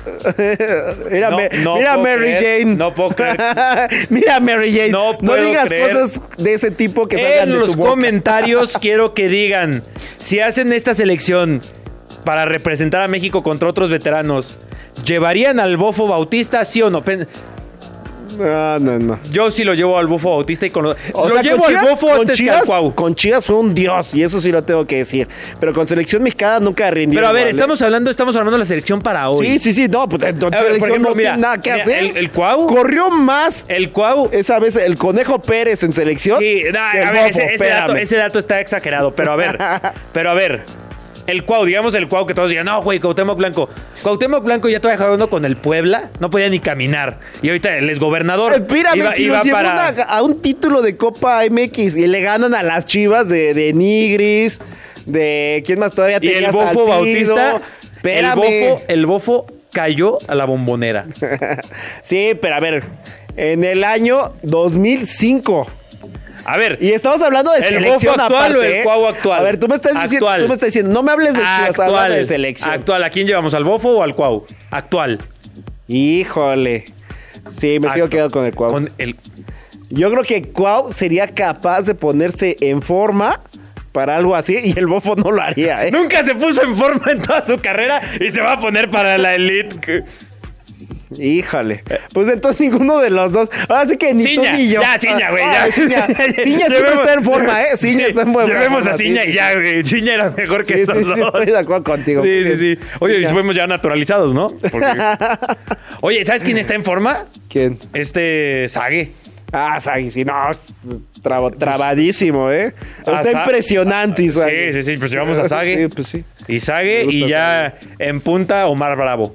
S3: mira
S2: No,
S3: Me-
S2: no
S3: mira
S2: puedo
S3: Mary
S2: creer,
S3: Jane.
S2: no puedo creer.
S3: mira Mary Jane.
S2: No
S3: No,
S2: puedo
S3: digas
S2: creer.
S3: cosas de ese tipo que salgan
S2: En
S3: de
S2: los
S3: tu boca.
S2: comentarios quiero que digan si hacen esta selección para representar a México contra otros veteranos, ¿llevarían al Bofo Bautista sí o no? Pen-
S3: No, Ah, no, no.
S2: Yo sí lo llevo al Bofo Bautista y con lo,
S3: O
S2: lo
S3: sea,
S2: llevo
S3: con
S2: al
S3: Chivas-
S2: Bofo
S3: con
S2: antes que
S3: Chivas-
S2: al Cuau.
S3: Con Chivas fue un dios, y eso sí lo tengo que decir. Pero con selección mexicana nunca rindió.
S2: Pero a ver,
S3: igual, ¿eh?
S2: estamos hablando, estamos armando la selección para hoy.
S3: Sí, sí, sí, no, pues entonces
S2: A ver, por
S3: selección
S2: ejemplo,
S3: no
S2: mira,
S3: tiene nada que
S2: mira,
S3: hacer.
S2: el- el Cuau-
S3: corrió más
S2: El Cuau.
S3: esa vez el Conejo Pérez en selección.
S2: Sí, da-
S3: que el
S2: a ver,
S3: Bofo,
S2: ese, ese dato,
S3: espérame.
S2: ese dato está exagerado, pero a ver, pero a ver. El Cuau, digamos el Cuau que todos digan, no, güey, Cuauhtémoc Blanco. Cuauhtémoc Blanco ya estaba jugando con el Puebla, no podía ni caminar. Y ahorita el exgobernador
S3: Eh, Pírame,
S2: iba,
S3: si
S2: iba
S3: los llevó
S2: para...
S3: una- a un título de Copa MX y le ganan a las chivas de, de Nigris, de quién más todavía
S2: Y
S3: tenía
S2: el Bofo
S3: Salcido.
S2: Bautista, el
S3: Espérame.
S2: Bofo, el Bofo cayó a la bombonera.
S3: sí, pero a ver, en el año 2005.
S2: A ver,
S3: Y estamos hablando de
S2: ¿El
S3: selección
S2: Bofo actual
S3: aparte,
S2: o el
S3: ¿eh?
S2: Cuau actual?
S3: A ver, tú me estás diciendo,
S2: Actual.
S3: tú me estás diciendo, no me hables de chivas, habla de
S2: actual,
S3: selección.
S2: actual, ¿a quién llevamos? ¿Al Bofo o al Cuau? Actual.
S3: Híjole. Sí, me sigo
S2: Actu-
S3: quedando con el Cuau.
S2: Con el-
S3: Yo creo que Cuau sería capaz de ponerse en forma para algo así y el Bofo no lo haría, ¿eh?
S2: Nunca se puso en forma en toda su carrera y se va a poner para la elite.
S3: Híjole. Pues entonces ninguno de los dos. Ahora sí que ni
S2: Ciña,
S3: tú ni yo.
S2: ya, Ciña, güey, ya.
S3: Ay, Ciña, Ciña siempre
S2: Llevemos-
S3: está en forma, ¿eh? Ciña está en buena
S2: Llevemos
S3: forma.
S2: a Ciña
S3: sí.
S2: y ya, güey. Ciña era mejor que
S3: Sí,
S2: esos
S3: sí, sí,
S2: dos.
S3: estoy de acuerdo contigo.
S2: Sí,
S3: porque-
S2: sí, sí. Oye, y
S3: Ciña.
S2: fuimos ya naturalizados, ¿no? Porque- Oye, ¿sabes quién está en forma?
S3: ¿Quién?
S2: Este Sague.
S3: Ah, Sagi, sí, no. traba- trabadísimo, ¿eh?
S2: Ah,
S3: Está
S2: Sa-
S3: impresionante,
S2: Sí, sí, sí, pues llevamos a Sague.
S3: Sí, pues sí.
S2: Y Sague
S3: Me gusta
S2: y ya en punta Omar Bravo.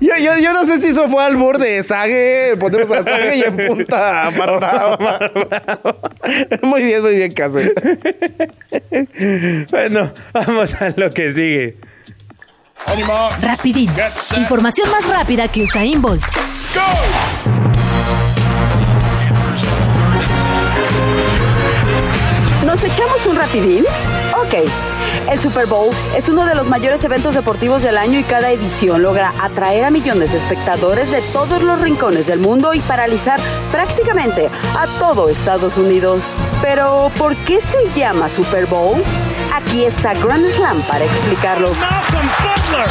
S3: Yo, yo, yo no sé si eso fue al borde de Sage. Ponemos a Sage y en punta a Omar Bravo. Muy bien, muy bien, Case.
S2: bueno, vamos a lo que sigue.
S4: Rapidín. Información más rápida que Usain Bolt.
S7: ¿Nos echamos un rapidín?
S10: Ok, el Super Bowl es uno de los mayores eventos deportivos del año y cada edición logra atraer a millones de espectadores de todos los rincones del mundo y paralizar prácticamente a todo Estados Unidos. Pero, ¿por qué se llama Super Bowl? Aquí está Grand Slam para explicarlo.
S7: Oh,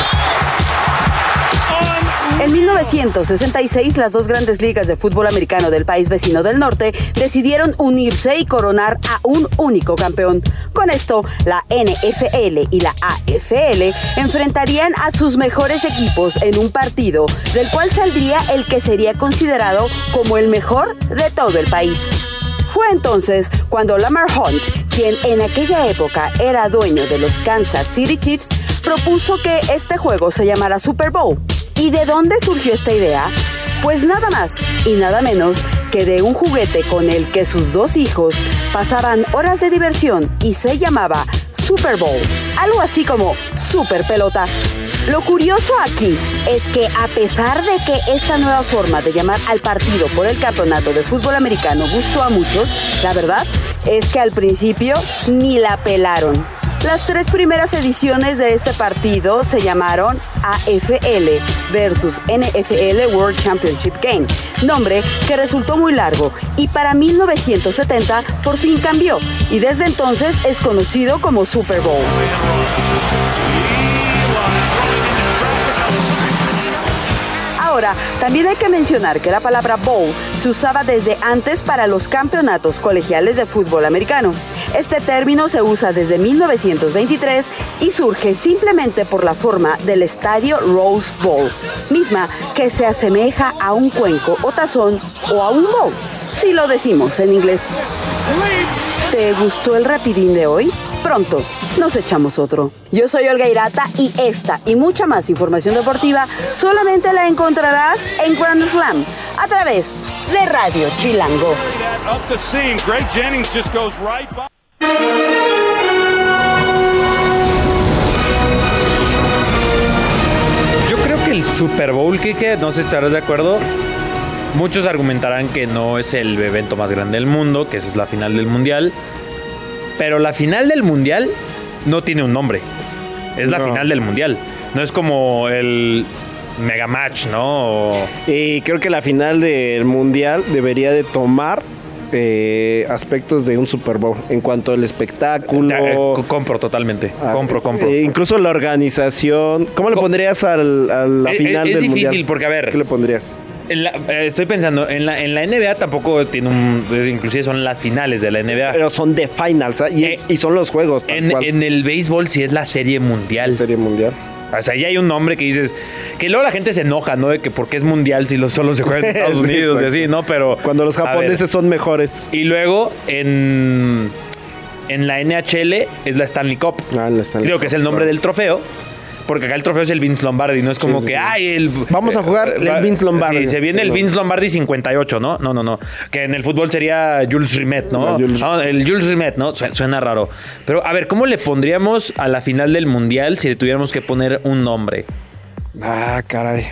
S10: En 1966, las dos grandes ligas de fútbol americano del país vecino del norte decidieron unirse y coronar a un único campeón. Con esto, la NFL y la AFL enfrentarían a sus mejores equipos en un partido, del cual saldría el que sería considerado como el mejor de todo el país. Fue entonces cuando Lamar Hunt, quien en aquella época era dueño de los Kansas City Chiefs, propuso que este juego se llamara Super Bowl. ¿Y de dónde surgió esta idea? Pues nada más y nada menos que de un juguete con el que sus dos hijos pasaban horas de diversión y se llamaba Super Bowl, algo así como Super Pelota. Lo curioso aquí es que a pesar de que esta nueva forma de llamar al partido por el campeonato de fútbol americano gustó a muchos, la verdad es que al principio ni la pelaron. Las tres primeras ediciones de este partido se llamaron AFL versus NFL World Championship Game, nombre que resultó muy largo y para 1970 por fin cambió y desde entonces es conocido como Super Bowl. Ahora, también hay que mencionar que la palabra bowl se usaba desde antes para los campeonatos colegiales de fútbol americano. Este término se usa desde 1923 y surge simplemente por la forma del estadio Rose Bowl, misma que se asemeja a un cuenco o tazón o a un bowl, si lo decimos en inglés. ¿Te gustó el rapidín de hoy? Pronto, nos echamos otro. Yo soy Olga Irata y esta y mucha más información deportiva solamente la encontrarás en Grand Slam a través de Radio Chilango.
S11: Up the seam. Greg Jennings just goes right by.
S2: Yo creo que el Super Bowl, Kike, no sé si estarás de acuerdo. Muchos argumentarán que no es el evento más grande del mundo, que esa es la final del mundial. Pero la final del mundial no tiene un nombre. Es la
S3: No.
S2: final del mundial. No es como el mega match, ¿no? O-
S3: Y creo que la final del mundial debería de tomar eh, aspectos de un Super Bowl en cuanto al
S2: Eh,
S3: espectáculo.
S2: co- compro totalmente.
S3: a-
S2: compro, compro.
S3: eh, incluso la organización. ¿Cómo le pondrías al, a la
S2: Eh, eh,
S3: final
S2: es
S3: del
S2: difícil,
S3: mundial?
S2: porque, a ver.
S3: ¿Qué le pondrías?
S2: En la- eh, estoy pensando, en la, en la NBA tampoco tiene un... eh, Inclusive son las finales de la NBA.
S3: Pero son de finals ¿ah? y, es- y son los juegos. tal
S2: Eh, en,
S3: cual.
S2: en el béisbol sí es la serie mundial.
S3: Serie mundial.
S2: O sea, ya hay un nombre que dices... Que luego la gente se enoja, ¿no? De que porque es mundial si los solo se juega en Estados
S3: Sí,
S2: Unidos y
S3: exacto.
S2: así, ¿no? Pero...
S3: Cuando los
S2: a ver,
S3: japoneses son mejores.
S2: Y luego en, en la NHL es la Stanley Cup.
S3: Ah, en la Stanley
S2: Creo que
S3: Cup,
S2: es el nombre
S3: claro.
S2: del trofeo. Porque acá el trofeo es el Vince Lombardi, no es como
S3: Sí,
S2: que,
S3: sí, sí.
S2: ay, el. eh,
S3: Vamos a jugar el
S2: va-
S3: Vince Lombardi.
S2: Sí, se viene
S3: Sí,
S2: el
S3: no.
S2: Vince Lombardi 58, ¿no? No, no, no. Que en el fútbol sería Jules Rimet, ¿no?
S3: No, Jules-
S2: Ah, el Jules Rimet, ¿no? Su- Suena raro. Pero a ver, ¿cómo le pondríamos a la final del mundial si le tuviéramos que poner un nombre?
S3: Ah, caray.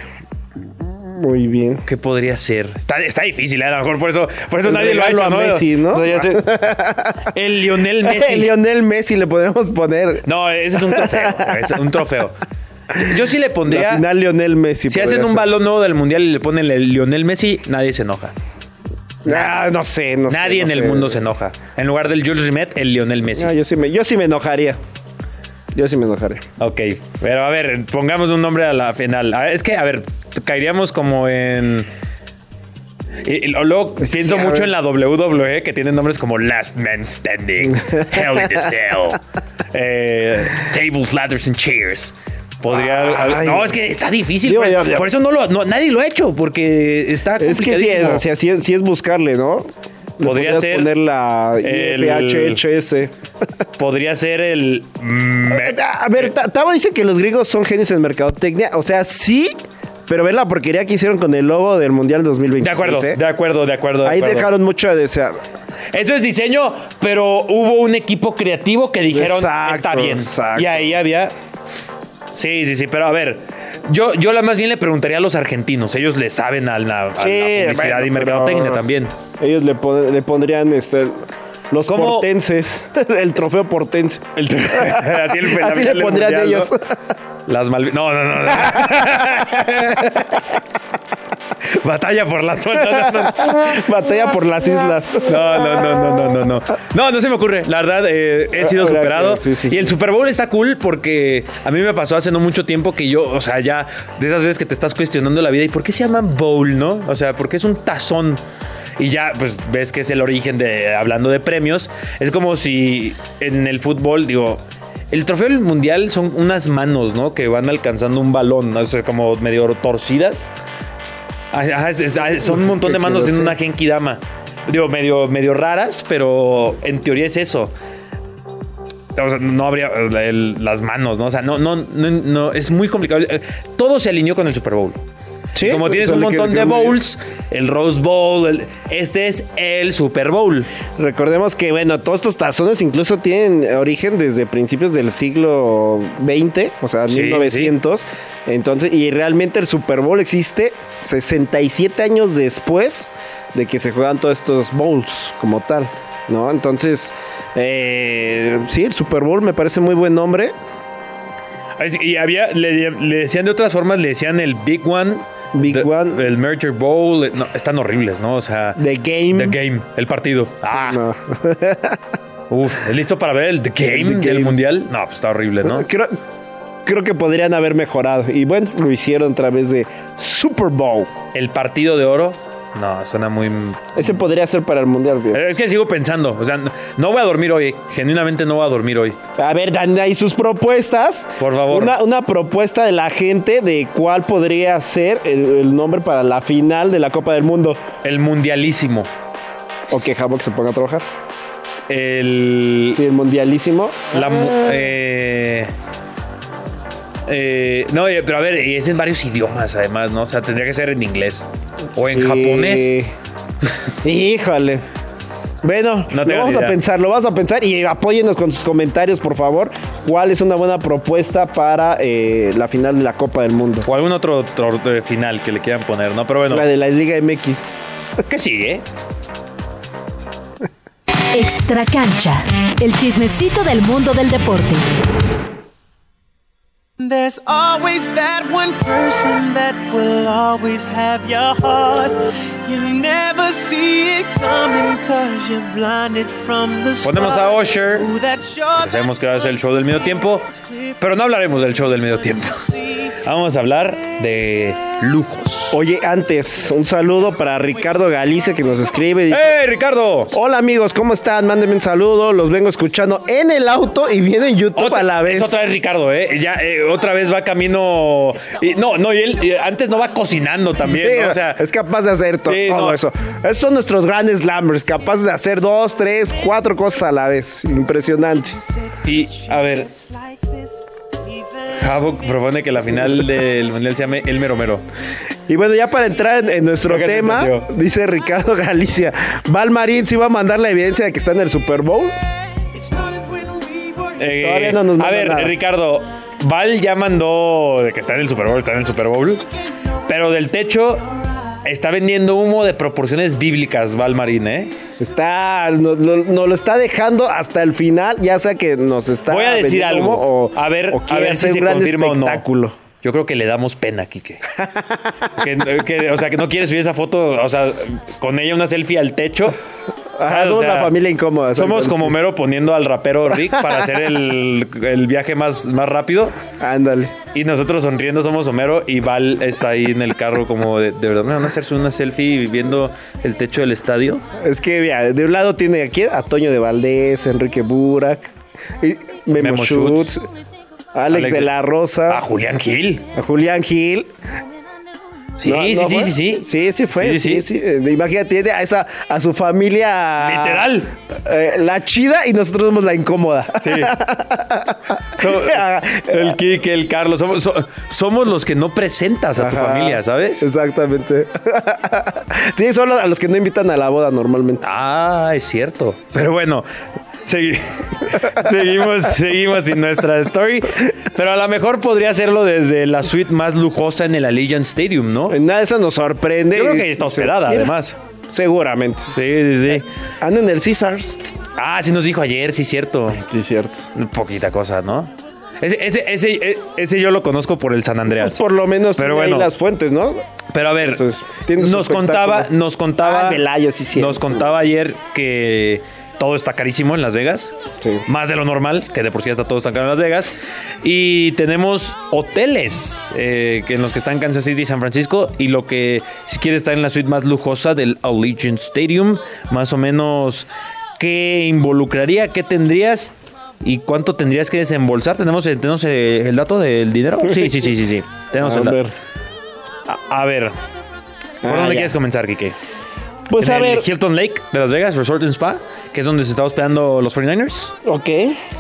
S3: Muy bien.
S2: ¿Qué podría ser? Está, está difícil, ¿eh? a lo mejor por eso, por eso nadie lo ha
S3: Regalo
S2: hecho,
S3: a
S2: ¿no?
S3: Messi, ¿no?
S2: O sea, ya sé. El Lionel Messi.
S3: Lionel Messi le podríamos poner.
S2: No, ese es un trofeo. es un trofeo. Yo sí le
S3: La
S2: pondría.
S3: final Lionel Messi.
S2: si
S3: podría
S2: hacen un
S3: ser.
S2: balón nuevo del mundial y le ponen el Lionel Messi, nadie se enoja.
S3: Ah, no sé, no sé,
S2: nadie
S3: no
S2: en el
S3: sé.
S2: mundo se enoja. En lugar del Jules Rimet, el Lionel Messi.
S3: No, yo, sí me, yo sí me enojaría. Yo sí me enojaría.
S2: Ok, pero a ver, pongamos un nombre a la final. A ver, es que, a ver, caeríamos como en. y- y luego pienso
S3: a
S2: mucho
S3: ver.
S2: en la WWE que tienen nombres como Last Man Standing, Hell in a Cell, eh, Tables, Ladders and Chairs. Podría.
S3: Ay.
S2: no, es que está difícil.
S3: Digo,
S2: por,
S3: yo- yo-
S2: por eso no lo, no- nadie lo ha hecho, porque está
S3: Es que sí es,
S2: complicadísimo.
S3: o sea, sí es, sí es buscarle, ¿no? Le
S2: Podría
S3: podrías
S2: ser
S3: poner la
S2: el-
S3: IFHHS.
S2: Podría ser el. mm,
S3: A ver, Ta- Tavo dice que los griegos son genios en mercadotecnia. O sea, sí, pero ven la porquería que hicieron con el logo del Mundial 2020.
S2: de acuerdo, de acuerdo, de acuerdo. de
S3: ¿eh? Ahí
S2: acuerdo.
S3: dejaron mucho a desear.
S2: Eso es diseño, pero hubo un equipo creativo que dijeron,
S3: Exacto,
S2: está bien.
S3: exacto.
S2: Y ahí había... Sí, sí, sí, pero a ver, yo, yo la más bien le preguntaría a los argentinos, ellos le saben a la, a la
S3: Sí,
S2: publicidad
S3: bueno,
S2: y mercadotecnia
S3: pero
S2: también.
S3: Ellos le, pon- le pondrían este, Los portenses. El trofeo portense.
S2: Así, el- la
S3: Así
S2: final
S3: le
S2: del
S3: pondrían
S2: mundial,
S3: ellos.
S2: ¿no? Las Malvinas. No, no, no. no. Batalla por las no, no, no.
S3: Batalla por las islas.
S2: No, no, no, no, no, no, no. No, no se me ocurre. La verdad, eh, he sido
S3: Ahora
S2: superado.
S3: que- sí, sí,
S2: y el
S3: sí.
S2: Super Bowl está cool porque a mí me pasó hace no mucho tiempo que yo, o sea, ya de esas veces que te estás cuestionando la vida, ¿y por qué se llama bowl, no? O sea, ¿por qué es un tazón? Y ya, pues ves que es el origen de, hablando de premios, es como si en el fútbol, digo, el trofeo del mundial son unas manos, ¿no? Que van alcanzando un balón, ¿no? O sea, como medio torcidas. Ajá, es- es- ah, son un montón de manos en una Genki Dama. Digo, medio, medio raras, pero en teoría es eso. O sea, no habría eh, la- el- las manos, ¿no? O sea, no, no, no, no, es muy complicado. Eh, Todo se alineó con el Super Bowl. Y Como tienes
S3: o sea,
S2: un
S3: le quedó-
S2: montón de
S3: quedó muy bien.
S2: bowls, el Rose Bowl, el- este es el Super Bowl.
S3: Recordemos que, bueno, todos estos tazones incluso tienen origen desde principios del siglo XX, o sea,
S2: Sí,
S3: 1900. Entonces, y realmente el Super Bowl existe 67 años después de que se juegan todos estos bowls como tal, ¿no? Entonces, eh, sí, el Super Bowl me parece muy buen nombre.
S2: Así- Y había, le, le decían de otras formas, le decían el Big One.
S3: Big One.
S2: El Merger Bowl. eh, no, están horribles, ¿no? O sea.
S3: The
S2: The
S3: Game.
S2: Game, el partido. Ah,
S3: No.
S2: uf, ¿listo para ver el The Game,
S3: The
S2: del
S3: Game.
S2: Mundial? No, pues está horrible, ¿no?
S3: Creo, creo que podrían haber mejorado. Y bueno, lo hicieron a través de Super Bowl.
S2: El partido de oro. No, suena muy. Mm.
S3: Ese podría ser para el Mundial. fíjate.
S2: Es que sigo pensando. O sea, no, no voy a dormir hoy. Genuinamente no voy a dormir hoy.
S3: A ver, dan ahí sus propuestas.
S2: Por favor.
S3: Una, una propuesta de la gente de cuál podría ser el, el nombre para la final de la Copa del Mundo.
S2: El mundialísimo.
S3: O que Hamburg se ponga a trabajar.
S2: El.
S3: Sí, el mundialísimo.
S2: La, mu- eh, eh, no, eh, pero a ver, es en varios idiomas además, ¿no? O sea, tendría que ser en inglés. O en
S3: Sí.
S2: japonés.
S3: Híjole. Bueno,
S2: No
S3: lo
S2: tengo
S3: vamos
S2: ni
S3: a
S2: idea.
S3: pensar, lo vamos a pensar y apóyenos con sus comentarios, por favor. ¿Cuál es una buena propuesta para eh, la final de la Copa del Mundo?
S2: O algún otro, otro, eh, final que le quieran poner, ¿no? Pero bueno,
S3: La de la Liga MX.
S2: ¿qué sigue?
S4: Extra cancha. El chismecito del mundo del deporte.
S12: There's always that one person that will always have your heart. You never see it coming cause you're blinded from the start.
S2: Ponemos a Usher.
S12: Ooh, that sure
S2: Sabemos que va a ser el show del medio tiempo, pero no hablaremos del show del medio tiempo. Vamos a hablar de lujos.
S3: Oye, antes, un saludo para Ricardo Galicia que nos escribe. dice,
S2: ¡Hey, ¡Eh, Ricardo!
S3: Hola amigos, ¿cómo están? Mándenme un saludo, los vengo escuchando en el auto y viene en YouTube
S2: Otra,
S3: a la vez.
S2: es otra vez Ricardo, ¿eh? Ya eh, otra vez va camino. y- no, no, y él eh, antes no va cocinando también.
S3: Sí,
S2: ¿no? O sea,
S3: es capaz de hacer to-
S2: Sí,
S3: todo
S2: no.
S3: eso. Esos son nuestros grandes lammers, capaces de hacer dos, tres, cuatro cosas a la vez. Impresionante.
S2: y a ver,
S12: like this even
S2: Havok propone que la final del mundial se llame El Mero Mero.
S3: Y bueno, ya para entrar en, en nuestro
S2: Creo que te
S3: tema,
S2: entendió.
S3: dice Ricardo Galicia, Valmarín sí va a mandar la evidencia de que está en el Super Bowl.
S12: It started when we were
S2: Eh,
S3: Todavía no nos
S2: a
S3: manda
S2: ver,
S3: nada.
S2: Ricardo, Val ya mandó de que está en el Super Bowl, está en el Super Bowl, pero del techo está vendiendo humo de proporciones bíblicas, Val Marín, ¿eh?
S3: Está, nos lo, nos lo está dejando hasta el final, ya sea que nos está.
S2: Voy a decir
S3: vendiendo
S2: algo.
S3: humo o-
S2: a ver,
S3: o
S2: a
S3: quiere
S2: ver si
S3: hacer
S2: se
S3: un gran
S2: confirma o no.
S3: espectáculo.
S2: Yo creo que le damos pena, Quique. que, que- o sea, que no quiere subir esa foto, o sea, con ella una selfie al techo.
S3: Ajá,
S2: Ah, o
S3: somos
S2: sea,
S3: la familia incómoda.
S2: Somos
S3: exactamente.
S2: como mero poniendo al rapero Rick para hacer el, el viaje más, más rápido.
S3: Ándale.
S2: Y nosotros sonriendo somos Homero y Val está ahí en el carro como de, de verdad me van a hacerse una selfie viendo el techo del estadio.
S3: Es que, mira, de un lado tiene aquí a Toño de Valdés, Enrique Burak, y Memo,
S2: Memo
S3: Schutz,
S2: Schutz,
S3: Alex, de la Rosa,
S2: A Julián Gil.
S3: a Julián Gil.
S2: Sí,
S3: ¿No-
S2: sí,
S3: no
S2: sí,
S3: fue?
S2: sí, sí.
S3: Sí, sí fue.
S2: Sí, sí,
S3: Sí, sí. Eh, Imagínate tiene a, esa, a su familia.
S2: Literal.
S3: eh, la chida y nosotros somos la incómoda.
S2: Sí. So- el Kike, el Carlos, somos, so- somos los que no presentas a tu
S3: Ajá.
S2: familia, ¿sabes?
S3: Exactamente. sí, solo a los que no invitan a la boda normalmente.
S2: Ah, es cierto. Pero bueno, segui- seguimos, seguimos sin nuestra story. Pero a lo mejor podría hacerlo desde la suite más lujosa en el Allegiant Stadium, ¿no?
S3: En Nada de eso nos sorprende.
S2: Yo creo
S3: Y-
S2: que está hospedada,
S3: Mira,
S2: además.
S3: Seguramente.
S2: Sí, sí, sí.
S3: Anda en el Caesars.
S2: Ah, sí nos dijo ayer, sí cierto.
S3: Sí cierto.
S2: Poquita cosa, ¿no? Ese, ese, ese, e- ese yo lo conozco por el San Andreas.
S3: Pues Por lo menos
S2: Pero
S3: tiene ahí
S2: bueno.
S3: las fuentes, ¿no?
S2: Pero a ver,
S3: Entonces, tiene su
S2: nos
S3: espectáculo.
S2: contaba, nos contaba,
S3: Ah, el Elayo, sí, sí.
S2: nos contaba ayer que todo está carísimo en Las Vegas. Más de lo normal, que de por sí está todo está caro en Las Vegas. Y tenemos hoteles eh, que en los que están Kansas City y San Francisco. Y lo que, si quieres estar en la suite más lujosa del Allegiant Stadium, más o menos, ¿qué involucraría? ¿Qué tendrías? ¿Y cuánto tendrías que desembolsar? ¿Tenemos, el- tenemos el, el dato del dinero? Sí, sí, sí, sí. sí. Tenemos
S3: A
S2: el dato.
S3: ver.
S2: A, a ver. ¿Por
S3: Ah,
S2: dónde
S3: ya.
S2: quieres comenzar, Kike?
S3: Pues
S2: En
S3: a
S2: el
S3: ver.
S2: Hilton Lake de Las Vegas, Resort and Spa, que es donde se está hospedando los 49ers.
S3: Ok,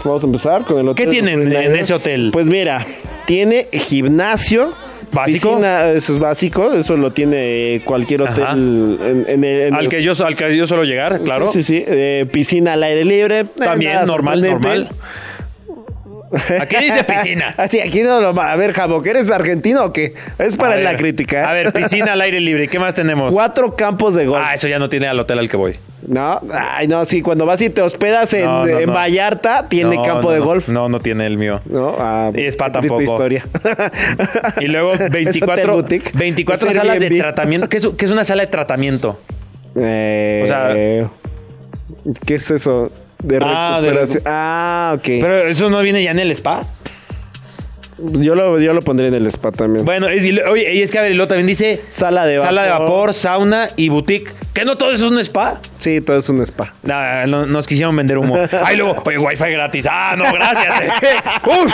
S3: vamos a empezar con el hotel.
S2: ¿Qué tienen en
S3: 49ers?
S2: ese hotel?
S3: Pues mira, tiene gimnasio.
S2: ¿Básico?
S3: piscina, eso es básico, eso lo tiene cualquier hotel
S2: Ajá.
S3: en, en el- en
S2: Al
S3: el-
S2: que, yo, al que yo suelo llegar, claro.
S3: Sí, sí, sí, eh, piscina al aire libre. eh,
S2: También,
S3: nada
S2: normal,
S3: sorprendente.
S2: Aquí dice piscina.
S3: Así, aquí no lo va- A ver, Jabo, ¿que ¿eres argentino o qué? Es para
S2: A ver,
S3: la crítica. ¿eh?
S2: A ver, piscina al aire libre. ¿Qué más tenemos?
S3: Cuatro campos de golf.
S2: Ah, eso ya no tiene al hotel al que voy.
S3: No, ay, no, sí, cuando vas y te hospedas en,
S2: No, no,
S3: en
S2: no.
S3: Vallarta, tiene
S2: No,
S3: campo
S2: no,
S3: de
S2: no.
S3: golf.
S2: No, no tiene el mío.
S3: No, ah,
S2: Y spa
S3: qué triste
S2: tampoco.
S3: historia.
S2: Y luego
S3: Es hotel
S2: 24,
S3: boutique.
S2: 24
S3: Es
S2: salas de
S3: Airbnb.
S2: tratamiento. ¿Qué es, qué es una sala de tratamiento?
S3: Eh,
S2: O sea-
S3: ¿Qué es eso? De
S2: Ah, de
S3: recuperación.
S2: recu-
S3: Ah, ok.
S2: Pero eso no viene ya en el spa.
S3: yo, lo, yo lo pondría en el spa también.
S2: Bueno, es, y lo- oye, y es que a ver, y luego también dice
S3: Sala de
S2: sala de vapor, sauna y boutique. ¿Que no todo eso es un spa?
S3: Sí, todo es un spa.
S2: Nah, no- nos quisieron vender humo. Ay, luego, oye, wifi gratis. Ah, no, gracias. Uf,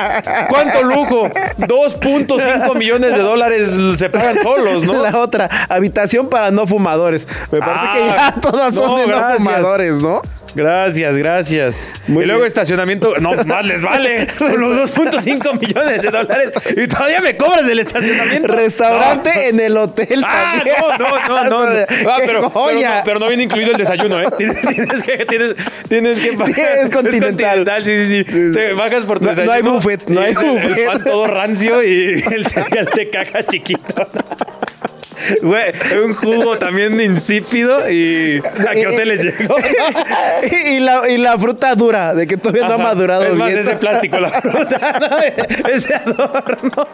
S2: cuánto lujo. 2.5 millones de dólares se pagan solos, Pues ¿no?
S3: La otra, habitación para no fumadores. Me parece
S2: Ah,
S3: que ya todas son
S2: no,
S3: de no
S2: gracias.
S3: fumadores, ¿no?
S2: Gracias, gracias.
S3: Muy
S2: y luego
S3: bien.
S2: estacionamiento, no, más les vale. Por los 2.5 millones de dólares y todavía me cobras el estacionamiento.
S3: Restaurante
S2: No.
S3: en el hotel.
S2: Ah,
S3: también.
S2: no, no, no, no. Ah,
S3: ¡Qué
S2: pero, pero
S3: joya!
S2: no, pero no viene incluido el desayuno, ¿eh? Tienes, tienes que, tienes, tienes que pagar.
S3: Sí, es continental.
S2: sí, sí, sí. Te bajas por tu
S3: No- no
S2: desayuno.
S3: hay buffet, no
S2: y
S3: hay
S2: es el- El,
S3: buffet.
S2: pan todo rancio y el cereal de caja chiquito. Güey, un jugo también insípido y ¿a qué hoteles llegó?
S3: y, la, y la fruta dura, de que todavía no ha
S2: Ajá.
S3: madurado
S2: Es más,
S3: bien.
S2: ese plástico, la fruta, ¿no? Ese adorno.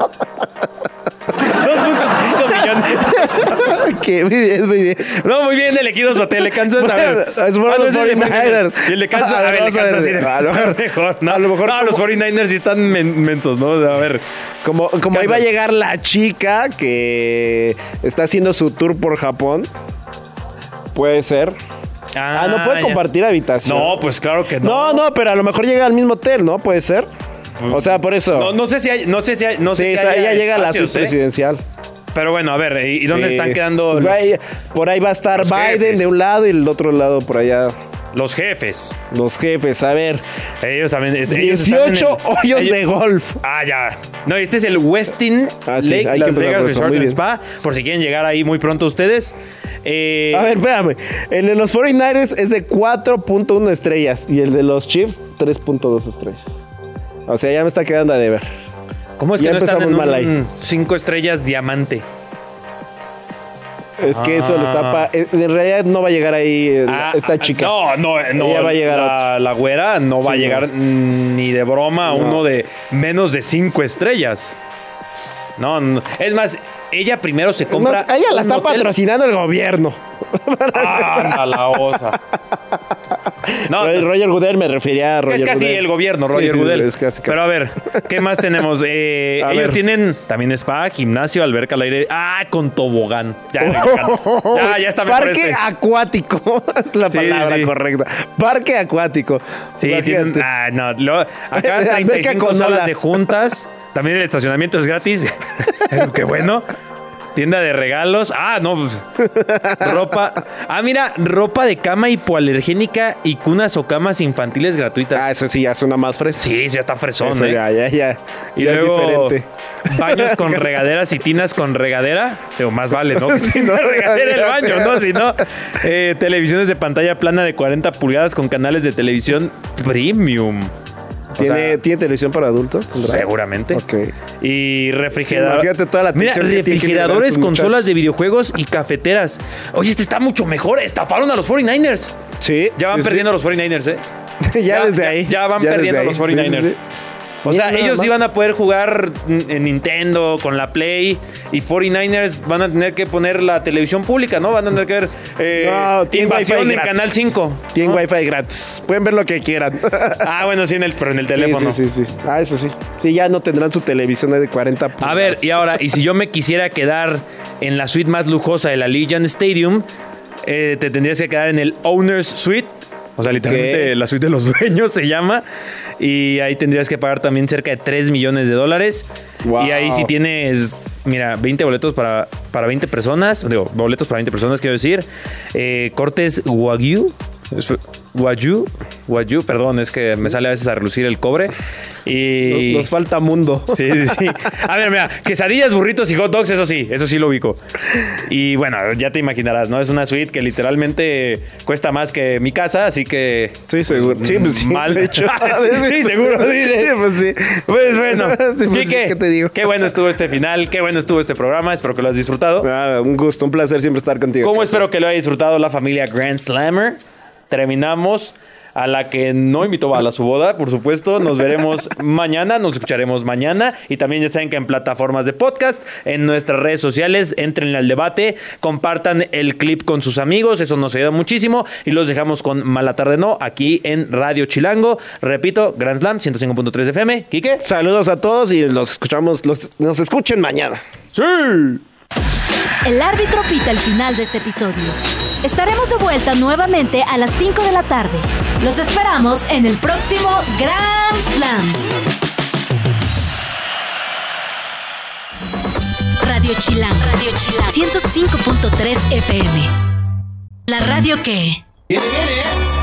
S2: 2.5 millones.
S3: que muy bien, muy bien.
S2: No, muy bien, el Equidos Hotel, le cansas a ver.
S3: Bueno, es por
S2: Ah, no, es
S3: los
S2: el de
S3: 49ers.
S2: Y el de Kansas,
S3: A
S2: a
S3: ver,
S2: ver, el de
S3: vamos a ver.
S2: Kansas sí debe
S3: A lo
S2: estar
S3: mejor-
S2: mejor. ¿no?
S3: a lo mejor
S2: No,
S3: como-
S2: los 49ers sí están men- mensos, ¿no? A ver.
S3: Como, como ahí va a llegar la chica que está haciendo su tour por Japón. Puede ser. Ah, no puede
S2: ya.
S3: compartir habitación.
S2: No, pues claro que no.
S3: No, no, pero a lo mejor llega al mismo hotel, ¿no? Puede ser. O sea, por eso.
S2: No, no sé si hay. No sé si hay. No sé
S3: sí,
S2: si
S3: o sea,
S2: haya
S3: ella llega a la
S2: espacios, ¿eh?
S3: subpresidencial.
S2: Pero bueno, a ver, ¿y, y dónde
S3: Sí.
S2: están quedando los,
S3: Por Eh, pues ahí, por ahí va a estar
S2: los
S3: Biden
S2: jefes.
S3: de un lado y el otro lado por allá
S2: los jefes?
S3: los jefes. A ver,
S2: Ellos también. este, ellos están en
S3: 18
S2: el-
S3: hoyos
S2: ellos-
S3: de golf.
S2: Ah, ya. No, este es el Westin
S3: Ah, sí,
S2: Lake
S3: hay que
S2: Las
S3: empezar
S2: Vegas
S3: por eso,
S2: Resort
S3: muy
S2: and
S3: bien.
S2: Spa. Por si quieren llegar ahí muy pronto ustedes. Eh,
S3: A ver, espérame. El de los 49ers es de 4.1 estrellas y el de los Chiefs 3.2 estrellas. O sea, ya me está quedando a deber.
S2: ¿Cómo es que
S3: Ya
S2: no están en
S3: empezamos mal
S2: un cinco estrellas diamante?
S3: Es que eso
S2: Ah.
S3: le está pa- eh, En realidad no va a llegar ahí eh,
S2: Ah,
S3: esta
S2: ah,
S3: chica.
S2: No, no, no.
S3: Ella va a llegar
S2: la, la güera no va a
S3: Sí,
S2: llegar mm, ni de broma a
S3: No.
S2: uno de menos de cinco estrellas. No, no. es más, ella primero se
S3: Es más,
S2: compra.
S3: a ella la
S2: un
S3: está
S2: hotel.
S3: patrocinando el gobierno.
S2: Ah, la osa. No,
S3: Roger- Roger Goodell me refería a Roger
S2: es casi
S3: Goodell.
S2: el gobierno,
S3: Sí,
S2: Roger
S3: sí,
S2: Goodell.
S3: es casi, casi.
S2: Pero a ver, ¿qué más tenemos? Eh,
S3: A
S2: ellos
S3: ver.
S2: tienen también spa, gimnasio, alberca al aire. Ah, con tobogán. Ya, me encanta. ya, ya está mejor
S3: Parque
S2: este.
S3: acuático es la
S2: Sí,
S3: palabra
S2: sí.
S3: correcta. Parque acuático.
S2: Sí,
S3: Imagínate.
S2: tienen. Ah, no. lo- acá
S3: Alberca
S2: 35
S3: con
S2: salas
S3: olas.
S2: de juntas. También el estacionamiento es gratis. Qué bueno. Tienda de regalos. Ah, no. pues, Ropa. Ah, mira, ropa de cama hipoalergénica y cunas o camas infantiles gratuitas.
S3: Ah, eso sí, ya suena más fresco.
S2: sí, sí, ya está fresón,
S3: Eso
S2: ¿eh?
S3: ya, ya, ya.
S2: Y
S3: Ya es
S2: luego
S3: diferente.
S2: baños con regaderas y tinas con regadera. Digo, más vale, ¿no?
S3: Sí,
S2: Si no,
S3: no,
S2: regadera el baño,
S3: no.
S2: ¿no? Si no, eh, televisiones de pantalla plana de 40 pulgadas con canales de televisión premium. O
S3: ¿Tiene,
S2: sea,
S3: ¿Tiene televisión para adultos? ¿Tendrá?
S2: Seguramente.
S3: Ok.
S2: Y
S3: Sí,
S2: refrigerador.
S3: imagínate toda la
S2: Mira,
S3: atención que tiene que liberar
S2: refrigeradores,
S3: estos
S2: consolas
S3: muchachos.
S2: de videojuegos y cafeteras. Oye, este está mucho mejor. Estafaron a los 49ers.
S3: Sí.
S2: Ya van
S3: sí,
S2: perdiendo los 49ers, ¿eh?
S3: ya, desde ahí.
S2: Ya van
S3: desde
S2: perdiendo
S3: ahí.
S2: los
S3: Sí,
S2: 49ers.
S3: sí, sí.
S2: O
S3: Mira
S2: sea,
S3: nada
S2: ellos
S3: más.
S2: iban a poder jugar en Nintendo, con la Play, y 49ers van a tener que poner la televisión pública, ¿no? Van a tener que ver eh,
S3: No, tiene
S2: Invasión
S3: Wi-Fi
S2: en
S3: gratis.
S2: Canal 5.
S3: Tienen Wi-Fi gratis. Pueden ver lo que quieran.
S2: Ah, bueno, sí, en el, pero en el teléfono.
S3: Sí, sí, sí. Ah, eso sí. Sí, ya no tendrán su televisión de 40. pu-
S2: A ver, y ahora, y si yo me quisiera quedar en la suite más lujosa del Allegiant Stadium, eh, te tendrías que quedar en el Owner's Suite. O sea, literalmente
S3: ¿Qué?
S2: la suite de los dueños se llama. Y ahí tendrías que pagar también cerca de 3 millones de dólares.
S3: Wow.
S2: Y ahí si tienes, mira, 20 boletos para, para 20 personas. Digo, boletos para 20 personas, quiero decir. Eh, cortes Wagyu. esp- Wagyu, Wagyu, perdón, es que me sale a veces a relucir el cobre. Y
S3: Nos, nos falta mundo.
S2: Sí, sí, sí. A ver, mira, quesadillas, burritos y hot dogs, eso sí, eso sí lo ubico. Y bueno, ya te imaginarás, ¿no? Es una suite que literalmente cuesta más que mi casa, así que.
S3: Sí, seguro. Sí, pues sí.
S2: Mal
S3: de hecho.
S2: sí, seguro, dice.
S3: Sí, pues sí.
S2: Pues bueno,
S3: Sí, pues sí,
S2: Quique,
S3: ¿qué te digo?
S2: qué bueno estuvo este final, qué bueno estuvo este programa, espero que lo has disfrutado.
S3: Ah, un gusto, un placer siempre estar contigo.
S2: ¿Cómo espero que lo haya disfrutado la familia Grand Slammer? Terminamos a la que no invitó a la su boda, por supuesto. Nos veremos mañana, nos escucharemos mañana. Y también ya saben que en plataformas de podcast, en nuestras redes sociales, entren al debate, compartan el clip con sus amigos, eso nos ayuda muchísimo. Y los dejamos con Mala Tarde No aquí en Radio Chilango. Repito, Grand Slam 105.3 FM. Quique.
S3: Saludos a todos y los escuchamos, los, nos escuchen mañana.
S2: Sí.
S4: El árbitro pita el final de este episodio. Estaremos de vuelta nuevamente a las 5 de la tarde. Los esperamos en el próximo Grand Slam. Radio Chilán, Radio Chilán, 105.3 FM. La radio que...
S9: Viene, viene.